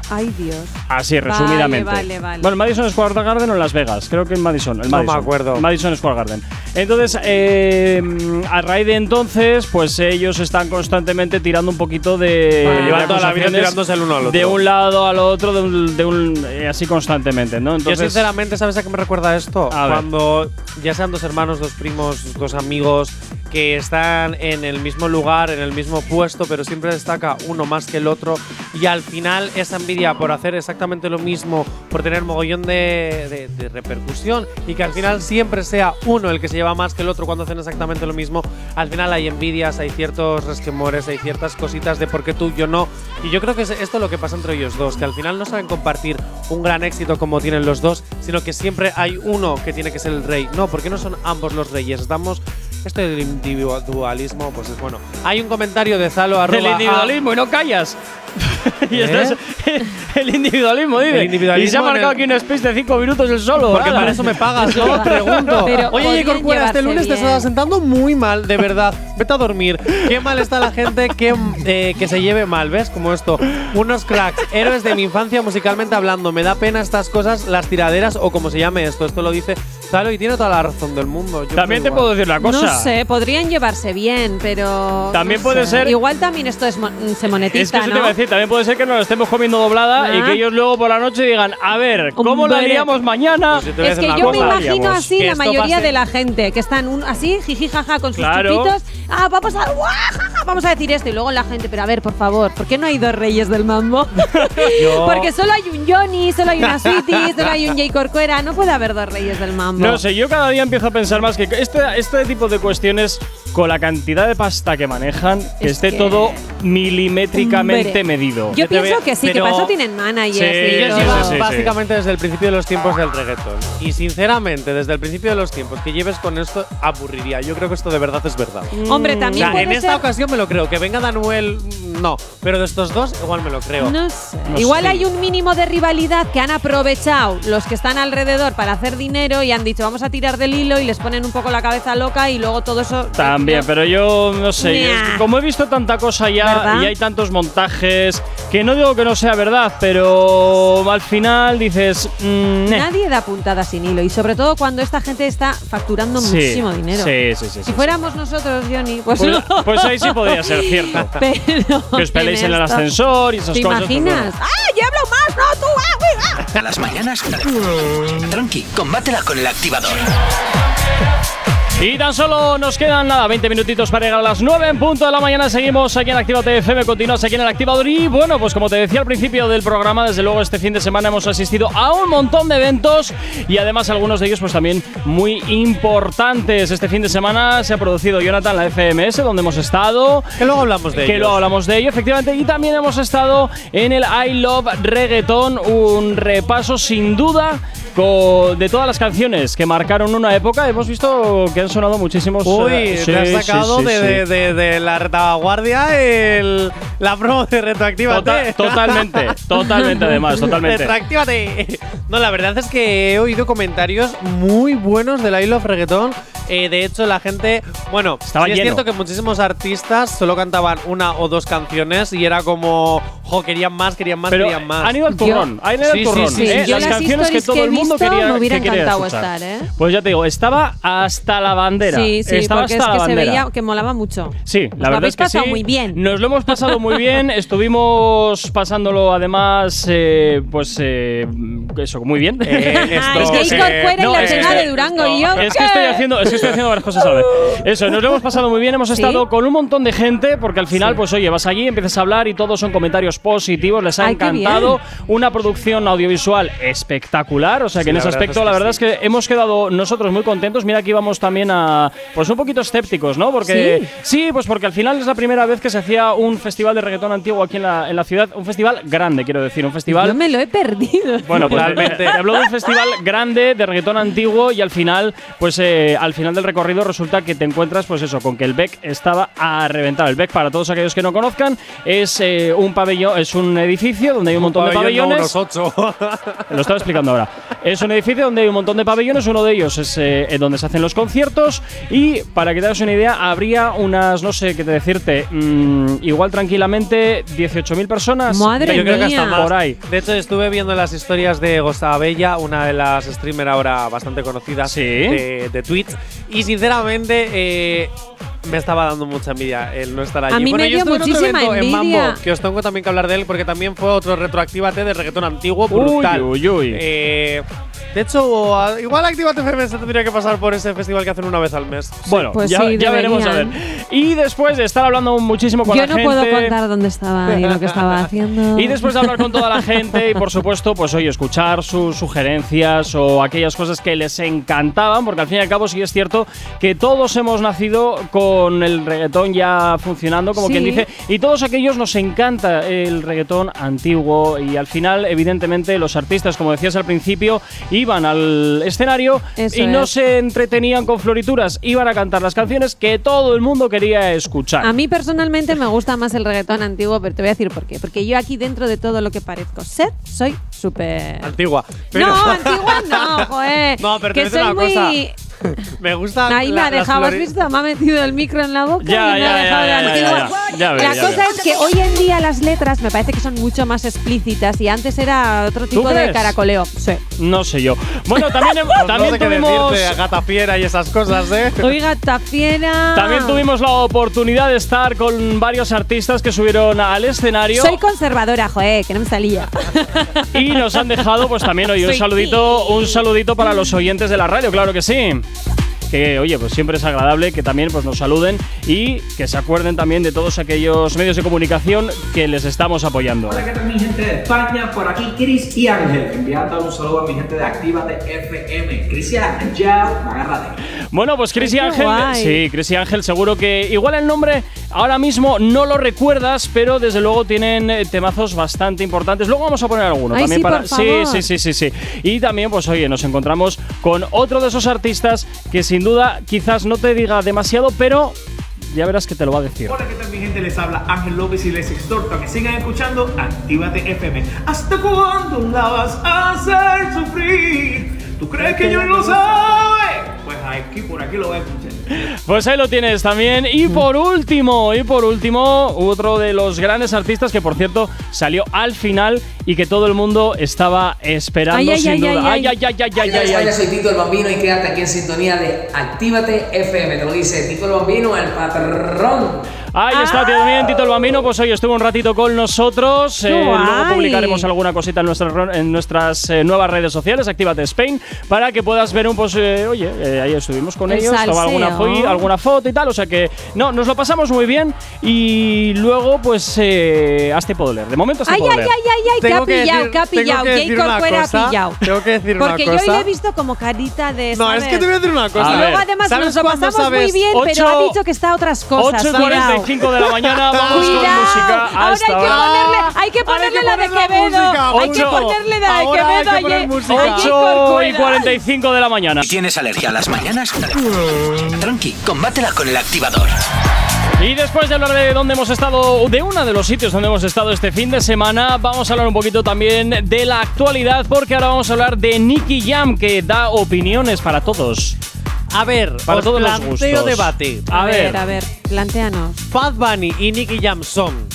Speaker 2: Ay, Dios.
Speaker 1: Así,
Speaker 2: Vale,
Speaker 1: resumidamente.
Speaker 2: vale, vale.
Speaker 1: Bueno, Madison Square Garden o en Las Vegas. Creo que en Madison. el
Speaker 3: No me
Speaker 1: Madison.
Speaker 3: acuerdo.
Speaker 1: Madison Square Garden. Entonces, eh, a raíz de entonces, pues ellos están constantemente tirando un poquito de.
Speaker 3: Vale.
Speaker 1: de
Speaker 3: Llevan toda la vida
Speaker 1: acusaciones
Speaker 3: tirándose el uno al otro.
Speaker 1: De un lado al otro, de un. de un- eh, así constantemente, ¿no?
Speaker 3: Yo
Speaker 1: Entonces,
Speaker 3: sinceramente, ¿sabes a qué me recuerda esto?
Speaker 1: A ver.
Speaker 3: Cuando ya sean dos hermanos, dos primos, dos amigos que están en el mismo lugar, en el mismo puesto, pero siempre destaca uno más que el otro y al final esa envidia por hacer exactamente lo mismo, por tener mogollón de, de- de repercusión y que al final siempre sea uno el que se lleva más que el otro cuando hacen exactamente lo mismo, al final hay envidias, hay ciertos resquemores, hay ciertas cositas de por qué tú, yo no. Y yo creo que es esto lo que pasa entre ellos dos, que al final no saben compartir un gran éxito como tienen los dos, sino que siempre hay uno que tiene que ser el rey. No, porque no son ambos los reyes. Estamos. Esto del individualismo, pues es bueno. Hay un comentario de Zalo arroba.
Speaker 1: El
Speaker 3: a-
Speaker 1: individualismo, y no callas. y
Speaker 3: ¿Eh?
Speaker 1: estás- el individualismo, dice.
Speaker 3: El individualismo
Speaker 1: y se ha
Speaker 3: en
Speaker 1: marcado
Speaker 3: el-
Speaker 1: aquí un space de 5 minutos el solo.
Speaker 3: Porque
Speaker 1: hala.
Speaker 3: para eso me pagas, yo pregunto.
Speaker 2: Pero
Speaker 3: Oye,
Speaker 2: podrían
Speaker 3: Ye Corcuera,
Speaker 2: llevarse
Speaker 3: este lunes te
Speaker 2: bien.
Speaker 3: estás sentando muy mal, de verdad. Vete a dormir. Qué mal está la gente que, eh, que se lleve mal, ¿ves? Como esto. Unos cracks, héroes de mi infancia musicalmente hablando. Me da pena estas cosas, las tiraderas o como se llame esto. Esto lo dice Zalo y tiene toda la razón del mundo. Yo
Speaker 1: También te
Speaker 3: creo ¿eh?
Speaker 1: puedo
Speaker 3: igual.
Speaker 1: decir una cosa.
Speaker 2: No sé, podrían llevarse bien, pero.
Speaker 1: También
Speaker 2: no
Speaker 1: puede
Speaker 2: sé.
Speaker 1: ser-
Speaker 2: Igual también esto es mo- se monetiza.
Speaker 1: Es que eso
Speaker 2: ¿no?
Speaker 1: te iba a decir, también puede ser que nos la estemos comiendo doblada
Speaker 2: Ah.
Speaker 1: y que ellos luego por la noche digan, a ver, ¿cómo la
Speaker 2: Hombre.
Speaker 1: liamos mañana?
Speaker 3: Pues yo te voy a
Speaker 2: Es
Speaker 3: decir
Speaker 2: que
Speaker 3: una
Speaker 2: yo me
Speaker 3: cosa.
Speaker 2: imagino
Speaker 3: Haríamos
Speaker 2: así
Speaker 3: que
Speaker 2: la
Speaker 3: esto
Speaker 2: mayoría
Speaker 3: pase.
Speaker 2: de la gente, que están un- así, jiji, jaja, con sus
Speaker 1: Claro.
Speaker 2: chupitos. Ah, vamos a, ¡guau, jaja! vamos a decir esto. Y luego la gente, pero a ver, por favor, ¿por qué no hay dos reyes del mambo?
Speaker 3: Yo-
Speaker 2: Porque solo hay un Johnny, solo hay una Sweetie, solo hay un Jay Corcuera. No puede haber dos reyes del mambo.
Speaker 1: No sé, yo cada día empiezo a pensar más que este, este tipo de cuestiones, con la cantidad de pasta que manejan, que
Speaker 2: Es
Speaker 1: esté
Speaker 2: que-
Speaker 1: todo milimétricamente
Speaker 2: Hombre.
Speaker 1: medido.
Speaker 2: Yo
Speaker 3: te voy a-
Speaker 2: pienso que sí, que
Speaker 3: pero-
Speaker 2: para eso tienen managers.
Speaker 1: Sí,
Speaker 2: y
Speaker 3: Ellos
Speaker 1: sí,
Speaker 2: todo.
Speaker 3: llevan
Speaker 1: sí, sí.
Speaker 3: básicamente desde el principio de los tiempos del reggaetón. Y sinceramente, desde el principio de los tiempos que lleves con esto, aburriría. Yo creo que esto de verdad es verdad.
Speaker 2: Hombre,
Speaker 3: O
Speaker 2: también
Speaker 3: sea,
Speaker 2: puede
Speaker 3: en esta
Speaker 2: ser-
Speaker 3: ocasión me lo creo. Que venga Danuel, mm, no. Pero de estos dos, igual me lo creo.
Speaker 2: No sé.
Speaker 1: No
Speaker 2: Igual
Speaker 1: sé.
Speaker 2: hay un mínimo de rivalidad que han aprovechado los que están alrededor para hacer dinero y han dicho vamos a tirar del hilo y les ponen un poco la cabeza loca y luego todo eso.
Speaker 1: También,
Speaker 2: Yo-
Speaker 1: pero yo no sé.
Speaker 2: Nah.
Speaker 1: es que Como he visto tanta cosa ya
Speaker 2: ¿Verdad?
Speaker 1: y hay tantos montajes, que no digo que no sea verdad, pero al final dices. mm, neh.
Speaker 2: Nadie da puntada sin hilo y sobre todo cuando esta gente está facturando
Speaker 1: Sí,
Speaker 2: muchísimo dinero.
Speaker 1: Sí, sí, sí. sí,
Speaker 2: Si
Speaker 1: sí.
Speaker 2: fuéramos nosotros, Johnny, pues,
Speaker 1: Pues,
Speaker 2: no.
Speaker 1: pues ahí sí podría ser cierto.
Speaker 2: Pero
Speaker 1: que os peleéis en el
Speaker 2: esto-
Speaker 1: ascensor y esas
Speaker 2: ¿Te
Speaker 1: cosas. pues
Speaker 2: imaginas?
Speaker 1: bueno.
Speaker 2: ¡Ah, ya hablo más! ¡No, tú! ah, uy, ah!
Speaker 4: A las mañanas. Tranqui, combátela con el activador.
Speaker 1: Y tan solo nos quedan nada, 20 minutitos para llegar a las 9 en punto de la mañana. Seguimos aquí en Actívate FM, continúas aquí en el Activador. Y bueno, pues como te decía al principio del programa, desde luego este fin de semana hemos asistido a un montón de eventos y además algunos de ellos pues también muy importantes. Este fin de semana se ha producido Jonathan la FMS, donde hemos estado.
Speaker 3: Que luego hablamos de
Speaker 1: que
Speaker 3: ellos.
Speaker 1: lo hablamos de ello, efectivamente. Y también hemos estado en el I Love Reggaeton, un repaso sin duda co- de todas las canciones que marcaron una época. Hemos visto que han sonado muchísimos.
Speaker 3: Uy,
Speaker 1: eh, sí,
Speaker 3: te has
Speaker 1: sí,
Speaker 3: sacado
Speaker 1: sí,
Speaker 3: de,
Speaker 1: sí.
Speaker 3: de- de- de la retaguardia el- la promo de Retroactívate.
Speaker 1: Tota- totalmente, totalmente, además, Ah, totalmente.
Speaker 3: Retroactívate. No, la verdad es que he oído comentarios muy buenos del I Love Reggaeton. Eh, de hecho, la gente. Bueno,
Speaker 1: Estaba
Speaker 3: sí es
Speaker 1: lleno.
Speaker 3: cierto que muchísimos artistas solo cantaban una o dos canciones y era como. Jo, querían más, querían más,
Speaker 1: Pero
Speaker 3: querían más.
Speaker 1: han ido al turrón, han ido al
Speaker 3: Sí, sí,
Speaker 1: turrón.
Speaker 3: sí,
Speaker 1: ¿eh?
Speaker 2: sí. Yo
Speaker 1: Las
Speaker 2: las
Speaker 1: canciones que
Speaker 2: stories
Speaker 1: todo
Speaker 2: que he
Speaker 1: el mundo
Speaker 2: visto
Speaker 1: quería
Speaker 2: me hubiera
Speaker 1: que quería
Speaker 2: encantado
Speaker 1: escuchar.
Speaker 2: estar, ¿eh?
Speaker 1: Pues ya te digo, estaba hasta la bandera.
Speaker 2: Sí, sí,
Speaker 1: estaba hasta
Speaker 2: porque es
Speaker 1: la
Speaker 2: que se
Speaker 1: bandera.
Speaker 2: veía que molaba mucho.
Speaker 1: Sí,
Speaker 2: Os
Speaker 1: la
Speaker 2: lo
Speaker 1: verdad
Speaker 2: habéis
Speaker 1: es que
Speaker 2: pasado
Speaker 1: sí.
Speaker 2: muy bien.
Speaker 1: Nos lo hemos pasado muy bien. Estuvimos pasándolo además, eh, pues eh, eso, muy bien.
Speaker 3: Eh,
Speaker 2: Ah, es
Speaker 3: esto,
Speaker 2: que Igor
Speaker 3: eh,
Speaker 2: Cuera
Speaker 1: no,
Speaker 2: y la
Speaker 1: es
Speaker 2: Arsenal
Speaker 1: que-
Speaker 2: de Durango y yo.
Speaker 1: Es que, estoy haciendo, es que estoy haciendo varias cosas a la vez. Eso, nos lo hemos pasado muy bien, hemos
Speaker 2: ¿Sí?
Speaker 1: estado con un montón de gente, porque al final,
Speaker 2: Sí.
Speaker 1: pues oye, vas allí, empiezas a hablar y todos son comentarios positivos, les ha
Speaker 2: Ay, qué
Speaker 1: encantado. Una producción audiovisual espectacular, o sea que
Speaker 3: Sí,
Speaker 1: en
Speaker 3: la
Speaker 1: ese
Speaker 3: verdad
Speaker 1: aspecto,
Speaker 3: es que
Speaker 1: la verdad
Speaker 3: sí.
Speaker 1: es que hemos quedado nosotros muy contentos. Mira que íbamos también a, pues un poquito escépticos, ¿no? Porque sí, pues porque al final es la primera vez que se hacía un festival de reggaetón antiguo aquí en la, en la ciudad, un festival grande, quiero decir, un festival
Speaker 2: Yo me lo he perdido.
Speaker 1: bueno, pues
Speaker 3: Totalmente.
Speaker 1: eh, habló de un festival grande de reggaetón antiguo y al final, pues eh, al final del recorrido resulta que te encuentras, pues eso, con que el Beck estaba a reventar. El Beck, para todos aquellos que no conozcan, es eh, un pabellón, es un edificio donde hay un, montón
Speaker 3: Pabellón
Speaker 1: de
Speaker 3: no,
Speaker 1: pabellones.
Speaker 3: unos ocho.
Speaker 1: Lo estaba explicando ahora. Es un edificio donde hay un montón de pabellones. Uno de ellos es eh, en donde se hacen los conciertos. Y para que te hagas una idea, habría unas, no sé qué decirte, mm, igual tranquilamente 18.000 personas.
Speaker 2: Madre
Speaker 3: Yo creo que
Speaker 2: mía.
Speaker 3: hasta más.
Speaker 1: Por ahí.
Speaker 3: De hecho, estuve viendo las historias de Gosabella, una de las streamer ahora bastante conocidas
Speaker 1: Sí.
Speaker 3: de, de Twitch. Y sinceramente, eh, me estaba dando mucha envidia el no estar allí.
Speaker 2: A mí
Speaker 3: bueno,
Speaker 2: me
Speaker 3: yo
Speaker 2: dio
Speaker 3: estuve en otro
Speaker 2: muchísima
Speaker 3: evento, en
Speaker 2: envidia.
Speaker 3: Mambo, que os tengo también que hablar de él, porque también fue otro retroactivate de reggaetón antiguo brutal.
Speaker 1: Uy, uy, uy.
Speaker 3: Eh, de hecho, a- igual Activate FM se tendría que pasar por ese festival que hacen una vez al mes.
Speaker 1: Bueno,
Speaker 2: Pues
Speaker 1: ya,
Speaker 2: sí,
Speaker 1: ya veremos a ver.
Speaker 2: deberían.
Speaker 1: Y después de estar hablando muchísimo con
Speaker 2: Yo
Speaker 1: la
Speaker 2: no
Speaker 1: gente.
Speaker 2: puedo contar dónde estaba y lo que estaba haciendo.
Speaker 1: Y después de hablar con toda la gente y por supuesto, pues oye, escuchar sus sugerencias o aquellas cosas que les encantaban, porque al fin y al cabo sí es cierto que todos hemos nacido con el reggaetón ya funcionando, como
Speaker 2: Sí.
Speaker 1: quien dice, y todos aquellos nos encanta el reggaetón antiguo y al final, evidentemente, los artistas, como decías al principio, iban al escenario
Speaker 2: Eso
Speaker 1: y no
Speaker 2: es.
Speaker 1: se entretenían con florituras, iban a cantar las canciones que todo el mundo quería escuchar.
Speaker 2: A mí personalmente me gusta más el reggaetón antiguo, pero te voy a decir por qué. Porque yo aquí dentro de todo lo que parezco ser, soy súper...
Speaker 3: Antigua. Pero
Speaker 2: No, antigua no, joder.
Speaker 3: No, pero te
Speaker 2: que
Speaker 3: voy
Speaker 2: soy
Speaker 3: a decir
Speaker 2: muy...
Speaker 3: una cosa. me gusta.
Speaker 2: Ahí me
Speaker 3: Ah, la-
Speaker 2: ha
Speaker 3: las
Speaker 2: dejado, ¿has
Speaker 3: flori-
Speaker 2: visto? Me ha metido el micro en la boca
Speaker 1: Ya,
Speaker 2: y me
Speaker 1: ya,
Speaker 2: ha dejado
Speaker 1: ya,
Speaker 2: de
Speaker 1: ya, ya,
Speaker 2: antigua.
Speaker 1: ya. Ya veo,
Speaker 2: La
Speaker 1: ya
Speaker 2: cosa
Speaker 1: veo.
Speaker 2: es que hoy en día las letras me parece que son mucho más explícitas y antes era otro tipo de
Speaker 1: crees?
Speaker 2: caracoleo. Sí.
Speaker 1: No sé yo. Bueno, también, hem-
Speaker 3: Pues
Speaker 1: también
Speaker 3: no sé qué
Speaker 1: tuvimos.
Speaker 3: decirte, gata fiera y esas cosas, ¿eh?
Speaker 2: Oiga, tafiera.
Speaker 1: También tuvimos la oportunidad de estar con varios artistas que subieron al escenario
Speaker 2: Soy conservadora, joder, que no me salía.
Speaker 1: y nos han dejado, pues también oye, un
Speaker 2: Soy
Speaker 1: saludito,
Speaker 2: ti.
Speaker 1: un saludito para los oyentes de la radio, claro que sí. Que oye, pues siempre es agradable que también pues, nos saluden y que se acuerden también de todos aquellos medios de comunicación que les estamos apoyando.
Speaker 6: Hola, ¿qué tal mi gente de España? Por aquí Cris y Ángel. Enviando un saludo a mi gente de Actívate FM. Cris y Ángel, ya, agárrate.
Speaker 1: Bueno, pues Chris y
Speaker 2: Qué
Speaker 1: Ángel.
Speaker 2: guay.
Speaker 1: Sí, Chris y Ángel, seguro que. Igual el nombre ahora mismo no lo recuerdas, pero desde luego tienen eh, temazos bastante importantes. Luego vamos a poner alguno
Speaker 2: Ay,
Speaker 1: también
Speaker 2: sí,
Speaker 1: para.
Speaker 2: por favor.
Speaker 1: Sí, sí, sí, sí, sí. Y también, pues oye, nos encontramos con otro de esos artistas que sin duda quizás no te diga demasiado, pero ya verás que te lo va a decir.
Speaker 7: Hola, ¿qué tal mi gente? Les habla Ángel López y les exhorto a que sigan escuchando Actívate FM. ¿Hasta cuándo la vas a hacer sufrir? ¿Tú crees que yo no sabe? Pues aquí, por aquí lo voy a escuchar.
Speaker 1: Pues ahí lo tienes también. Y por último, y por último, otro de los grandes artistas que, por cierto, salió al final y que todo el mundo estaba esperando
Speaker 2: Ay, ay,
Speaker 1: sin
Speaker 2: ay,
Speaker 1: duda.
Speaker 2: ay, ay.
Speaker 1: ay, ay, ay, ay, ay.
Speaker 8: Hola, soy Tito el Bambino y quédate aquí en sintonía de Actívate FM. Te lo dice Tito el Bambino, el patrón.
Speaker 1: Ahí está, tío, también Tito el Bambino. Pues hoy estuvo un ratito con nosotros. Eh,
Speaker 2: ¡Qué
Speaker 1: luego
Speaker 2: guay!
Speaker 1: publicaremos alguna cosita en nuestras, ro- en nuestras eh, nuevas redes sociales, Actívate Spain, para que puedas ver un pues eh, oye, eh, ahí estuvimos con
Speaker 2: El
Speaker 1: ellos, estaba alguna,
Speaker 2: salseo.
Speaker 1: fo- alguna foto y tal. O sea que, no, nos lo pasamos muy bien. Y luego, pues, eh, hazte puedo leer. De momento, hazte
Speaker 2: Ay, ay,
Speaker 1: puedo
Speaker 2: ay,
Speaker 1: leer.
Speaker 2: ay, ay, que ha
Speaker 3: Tengo que
Speaker 2: pillado,
Speaker 3: decir-
Speaker 2: que ha
Speaker 3: tengo
Speaker 2: pillado.
Speaker 3: que decir
Speaker 2: Jacob
Speaker 3: una
Speaker 2: fuera ha
Speaker 3: cosa,
Speaker 2: pillado.
Speaker 3: tengo que decir una
Speaker 2: Porque yo
Speaker 3: cosa.
Speaker 2: hoy le he visto como carita de.
Speaker 3: No,
Speaker 2: ¿sabes?
Speaker 3: es que te voy a decir una cosa.
Speaker 1: A
Speaker 2: Pues Y
Speaker 1: ver,
Speaker 2: luego además nos
Speaker 3: ¿sabes
Speaker 2: lo
Speaker 3: cuándo
Speaker 2: pasamos muy
Speaker 3: sabes?
Speaker 2: bien, pero ha
Speaker 1: Ocho-
Speaker 2: dicho que está a otras cosas.
Speaker 1: 8 y
Speaker 2: cuidado.
Speaker 1: 45 de la mañana, vamos con
Speaker 2: Cuidado.
Speaker 1: música
Speaker 2: Ahora
Speaker 1: hasta
Speaker 2: hay que
Speaker 1: ahora.
Speaker 2: ponerle, hay que
Speaker 3: Ahora hay
Speaker 2: ponerle
Speaker 3: que
Speaker 2: la de
Speaker 3: poner la
Speaker 2: Quevedo.
Speaker 3: música,
Speaker 2: Hay que
Speaker 1: ocho.
Speaker 2: ponerle la de
Speaker 3: Ahora hay
Speaker 2: Quevedo
Speaker 3: que
Speaker 2: a
Speaker 3: poner
Speaker 2: Ye-
Speaker 3: música.
Speaker 2: a Jacob
Speaker 1: 8 y
Speaker 2: Cuerda.
Speaker 1: 45 de la mañana.
Speaker 4: Si tienes alergia a las mañanas, tranqui, combátela con el activador.
Speaker 1: Y después de hablar de dónde hemos estado, de uno de los sitios donde hemos estado este fin de semana, vamos a hablar un poquito también de la actualidad, porque ahora vamos a hablar de Nicky Jam, que da opiniones para todos.
Speaker 3: A ver,
Speaker 1: Para
Speaker 3: os
Speaker 1: todos los
Speaker 3: planteo
Speaker 1: gustos.
Speaker 3: debate.
Speaker 1: A
Speaker 2: A
Speaker 1: ver.
Speaker 2: ver, a ver, planteanos.
Speaker 3: Bad Bunny y Nicky Jam son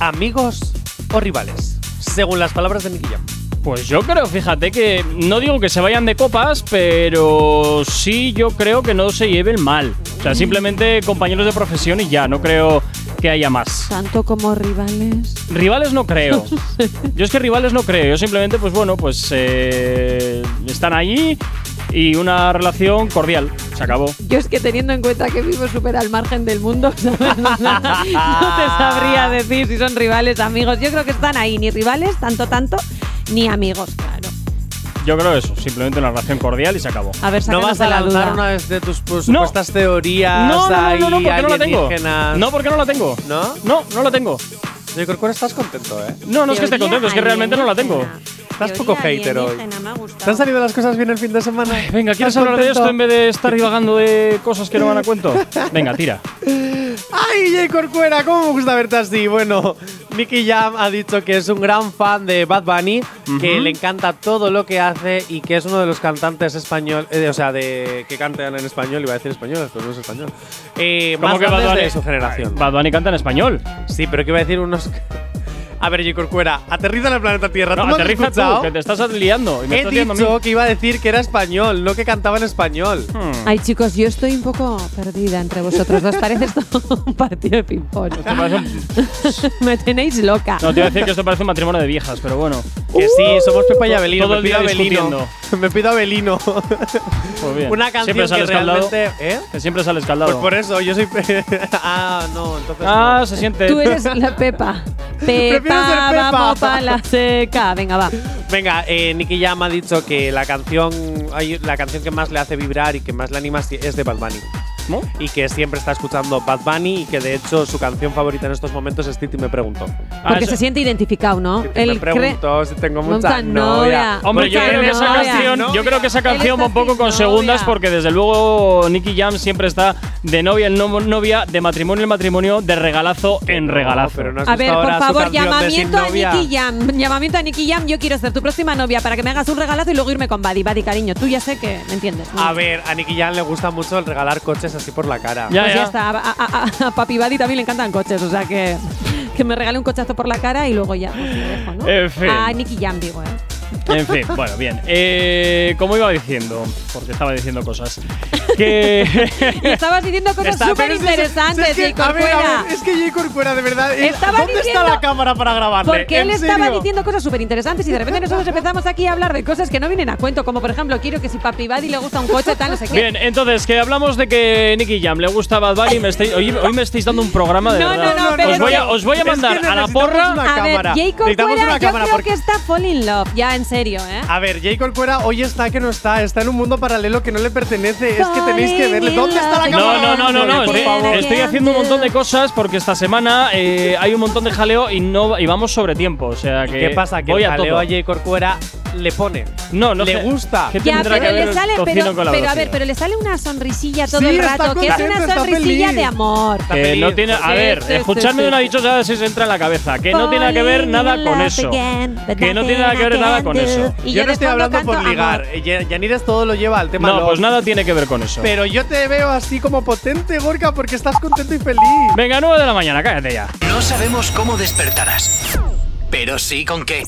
Speaker 3: amigos o rivales, según las palabras de Nicky Jam.
Speaker 1: Pues yo creo, fíjate que no digo que se vayan de copas, pero sí yo creo que no se lleven mal. O sea, simplemente compañeros de profesión y ya, no creo que haya más.
Speaker 2: Tanto como rivales.
Speaker 1: Rivales no creo. Yo es que rivales no creo. Yo simplemente, pues bueno, pues eh, están allí y una relación cordial. Se acabó.
Speaker 2: Yo es que teniendo en cuenta que vivo súper al margen del mundo, ¿sabes? no te sabría decir si son rivales, amigos. Yo creo que están ahí, ni rivales, tanto, tanto, ni amigos, claro.
Speaker 1: Yo creo eso. Simplemente una relación cordial y se acabó.
Speaker 2: A ver,
Speaker 3: No
Speaker 2: sácanos
Speaker 3: vas
Speaker 2: de
Speaker 3: a
Speaker 2: la
Speaker 3: lanzar
Speaker 2: duda.
Speaker 3: una vez de tus supuestas teorías
Speaker 1: No, no,
Speaker 3: Ah, ahí
Speaker 1: no, no, no, porque no la tengo.
Speaker 3: alienígenas.
Speaker 1: No, porque no la tengo.
Speaker 3: ¿No?
Speaker 1: No, no la tengo.
Speaker 3: Yo creo que ahora estás contento, ¿eh?
Speaker 1: No, no es que esté
Speaker 2: Teoría
Speaker 1: contento, es que realmente no la tengo.
Speaker 2: alienígena.
Speaker 3: Estás
Speaker 2: Teoría
Speaker 3: poco hater hoy.
Speaker 2: alienígena, me ha gustado.
Speaker 3: ¿Te han salido las cosas bien el fin de semana?
Speaker 1: Venga, ¿quieres hablar de esto en vez de estar divagando de cosas que no van a cuento? Venga, tira.
Speaker 3: ¡Ay, Jay Corcuera! ¿Cómo me gusta verte así? Bueno, Nicky Jam ha dicho que es un gran fan de Bad Bunny, que le encanta todo lo que hace y que es uno de los cantantes español, eh, o sea, de que cantan en español, iba a decir españoles, pero no es español. Eh,
Speaker 1: ¿Cómo
Speaker 3: más
Speaker 1: que Bad
Speaker 3: grandes de
Speaker 1: Bunny?
Speaker 3: su generación.
Speaker 1: Bad Bunny canta en español.
Speaker 3: Sí, pero que iba a decir unos. A ver, Jay Corcuera, aterriza en el planeta Tierra.
Speaker 1: No,
Speaker 3: ¿Tú me has
Speaker 1: aterriza
Speaker 3: escuchado?
Speaker 1: tú, que te estás liando. Y me
Speaker 3: He
Speaker 1: estás liando a mí. Hmm.
Speaker 3: dicho que iba a decir que era español, no que cantaba en español.
Speaker 2: Ay, chicos, yo estoy un poco perdida entre vosotros. ¿Os parece esto un partido de ping-pong?
Speaker 1: Esto parece un-
Speaker 2: Me tenéis loca.
Speaker 1: No, te iba a decir que esto parece un matrimonio de viejas, pero bueno. Uh,
Speaker 3: Que sí, somos Pepa y Abelino.
Speaker 1: todo
Speaker 3: me
Speaker 1: el
Speaker 3: pido
Speaker 1: día
Speaker 3: Abelino. Me pido Abelino.
Speaker 1: Pues bien.
Speaker 3: Una canción
Speaker 1: Siempre
Speaker 3: que
Speaker 1: sales caldado.
Speaker 3: realmente. ¿Eh?
Speaker 1: Que siempre sales caldado.
Speaker 3: Pues por eso, yo soy. pe- ah, no, entonces.
Speaker 1: Ah, se siente.
Speaker 2: Tú eres la Pepa. Pepa,
Speaker 3: Prefiero ser Pepa.
Speaker 2: vamos para la seca. Venga, va.
Speaker 3: no. Venga, eh, Nicky Jam ha dicho que la canción, hay- la canción que más le hace vibrar y que más le anima es de Bad Bunny.
Speaker 1: ¿No?
Speaker 3: Y que siempre está escuchando Bad Bunny y que de hecho su canción favorita en estos momentos es Titi me preguntó.
Speaker 1: Ah,
Speaker 2: Porque
Speaker 1: eso-
Speaker 2: se siente identificado, ¿no?
Speaker 3: Titi me
Speaker 2: cree-
Speaker 3: preguntó si tengo
Speaker 2: Monta
Speaker 3: mucha
Speaker 2: novia.
Speaker 3: novia.
Speaker 1: Hombre,
Speaker 3: Porque
Speaker 1: yo creo,
Speaker 3: él
Speaker 1: que
Speaker 3: es
Speaker 1: esa
Speaker 3: novia.
Speaker 1: canción, yo creo que esa
Speaker 2: Él está
Speaker 1: canción va un poco
Speaker 2: sin
Speaker 1: con
Speaker 2: novia.
Speaker 1: segundas porque desde luego Nicky Jam siempre está de novia en no- novia, de matrimonio en matrimonio, de regalazo en
Speaker 3: No,
Speaker 1: regalazo.
Speaker 3: pero no has
Speaker 2: A ver,
Speaker 3: visto
Speaker 2: por
Speaker 3: ahora su
Speaker 2: favor,
Speaker 3: canción de
Speaker 2: llamamiento
Speaker 3: Sin
Speaker 2: a
Speaker 3: novia.
Speaker 2: Nicky Jam. Llamamiento a Nicky Jam. Yo quiero ser tu próxima novia para que me hagas un regalazo y luego irme con Buddy. Buddy, cariño, tú ya sé que me entiendes. ¿no?
Speaker 3: A ver, a Nicky Jam le gusta mucho el regalar coches así por la cara.
Speaker 1: Ya,
Speaker 2: pues
Speaker 1: ya.
Speaker 2: ya está. A, a- a- a Papi Buddy también le encantan coches, o sea que, que me regale un cochazo por la cara y luego ya pues, lo dejo, ¿no?
Speaker 1: En fin.
Speaker 2: A Nicky Jam, digo, ¿eh?
Speaker 1: En fin, bueno, bien. Eh, como iba diciendo, porque estaba diciendo cosas. Que.
Speaker 2: Y estabas diciendo cosas
Speaker 3: Está-
Speaker 2: súper
Speaker 3: pero si es-
Speaker 2: interesantes,
Speaker 3: si es que-
Speaker 2: Jacob
Speaker 3: a ver, a
Speaker 2: Cuera.
Speaker 3: ver, Es que Jay Corcuera, de verdad. es-
Speaker 2: Estaba
Speaker 3: ¿Dónde
Speaker 2: diciendo-
Speaker 3: está la cámara para grabarle?
Speaker 2: Porque él
Speaker 3: ¿En
Speaker 2: estaba
Speaker 3: serio?
Speaker 2: diciendo cosas súper interesantes y de repente nosotros empezamos aquí a hablar de cosas que no vienen a cuento, como por ejemplo, quiero que si Papi Buddy le gusta un coche, tal, no sé qué.
Speaker 1: Bien, entonces, que hablamos de que Nicky Jam le gusta Bad Bunny. Me estáis- hoy, hoy me estáis dando un programa de
Speaker 2: No,
Speaker 1: verdad.
Speaker 2: no, no, pero
Speaker 1: os, voy a,
Speaker 2: es que-
Speaker 1: os voy a
Speaker 3: es que
Speaker 1: mandar a la
Speaker 3: necesitamos
Speaker 1: porra.
Speaker 3: una
Speaker 2: a ver,
Speaker 3: cámara.
Speaker 2: Jacob
Speaker 3: Necesitamos
Speaker 2: Cuera,
Speaker 3: una
Speaker 2: yo
Speaker 3: cámara
Speaker 2: creo
Speaker 3: porque-
Speaker 2: que está fall in love, ya en serio, ¿eh?
Speaker 3: A ver, Jay Corcuera hoy está que no está, está en un mundo paralelo que no le pertenece. Es que tenéis que verle. ¿Dónde está la
Speaker 2: Falling in
Speaker 3: cámara?
Speaker 1: No, no, no,
Speaker 2: love.
Speaker 1: no, Eh, no.
Speaker 3: Por
Speaker 1: Estoy,
Speaker 3: favor.
Speaker 1: estoy haciendo un montón de cosas porque esta semana eh, hay un montón de jaleo y no y vamos sobre tiempo. O sea que
Speaker 3: ¿Qué pasa? Que
Speaker 1: voy
Speaker 3: el
Speaker 1: a
Speaker 3: jaleo
Speaker 1: todo.
Speaker 3: a Jay Corcuera le pone.
Speaker 1: No, no
Speaker 3: le
Speaker 1: sé.
Speaker 3: gusta.
Speaker 1: ¿Qué
Speaker 2: Ya,
Speaker 1: Este tendrá
Speaker 2: pero
Speaker 1: que ver
Speaker 2: le
Speaker 1: el
Speaker 2: sale,
Speaker 1: tocino
Speaker 2: pero,
Speaker 1: con la
Speaker 2: pero a ver,
Speaker 1: velocidad?
Speaker 2: pero le sale una sonrisilla todo
Speaker 3: Sí,
Speaker 2: el
Speaker 3: está
Speaker 2: rato, que es
Speaker 3: contento,
Speaker 2: una
Speaker 3: está
Speaker 2: sonrisilla
Speaker 3: feliz.
Speaker 2: de amor.
Speaker 3: Está
Speaker 1: Que
Speaker 3: feliz.
Speaker 1: no tiene, a
Speaker 2: Sí,
Speaker 1: ver,
Speaker 2: sí, sí,
Speaker 1: escucharme de una
Speaker 2: sí.
Speaker 1: dichosa si se entra en la cabeza, que no tiene nada que ver nada con eso. Que no tiene nada que ver nada con eso.
Speaker 2: Y
Speaker 3: yo
Speaker 2: de
Speaker 3: no estoy
Speaker 2: fondo
Speaker 3: hablando por
Speaker 2: canto
Speaker 3: ligar. Eh,
Speaker 2: amor.
Speaker 3: Ya- Yanires todo lo lleva al tema
Speaker 1: No,
Speaker 3: love.
Speaker 1: pues nada tiene que ver con eso.
Speaker 3: Pero yo te veo así como potente, Gorka, porque estás contento y feliz.
Speaker 1: Venga, 9 de la mañana, cállate ya.
Speaker 4: No sabemos cómo despertarás, pero sí con qué.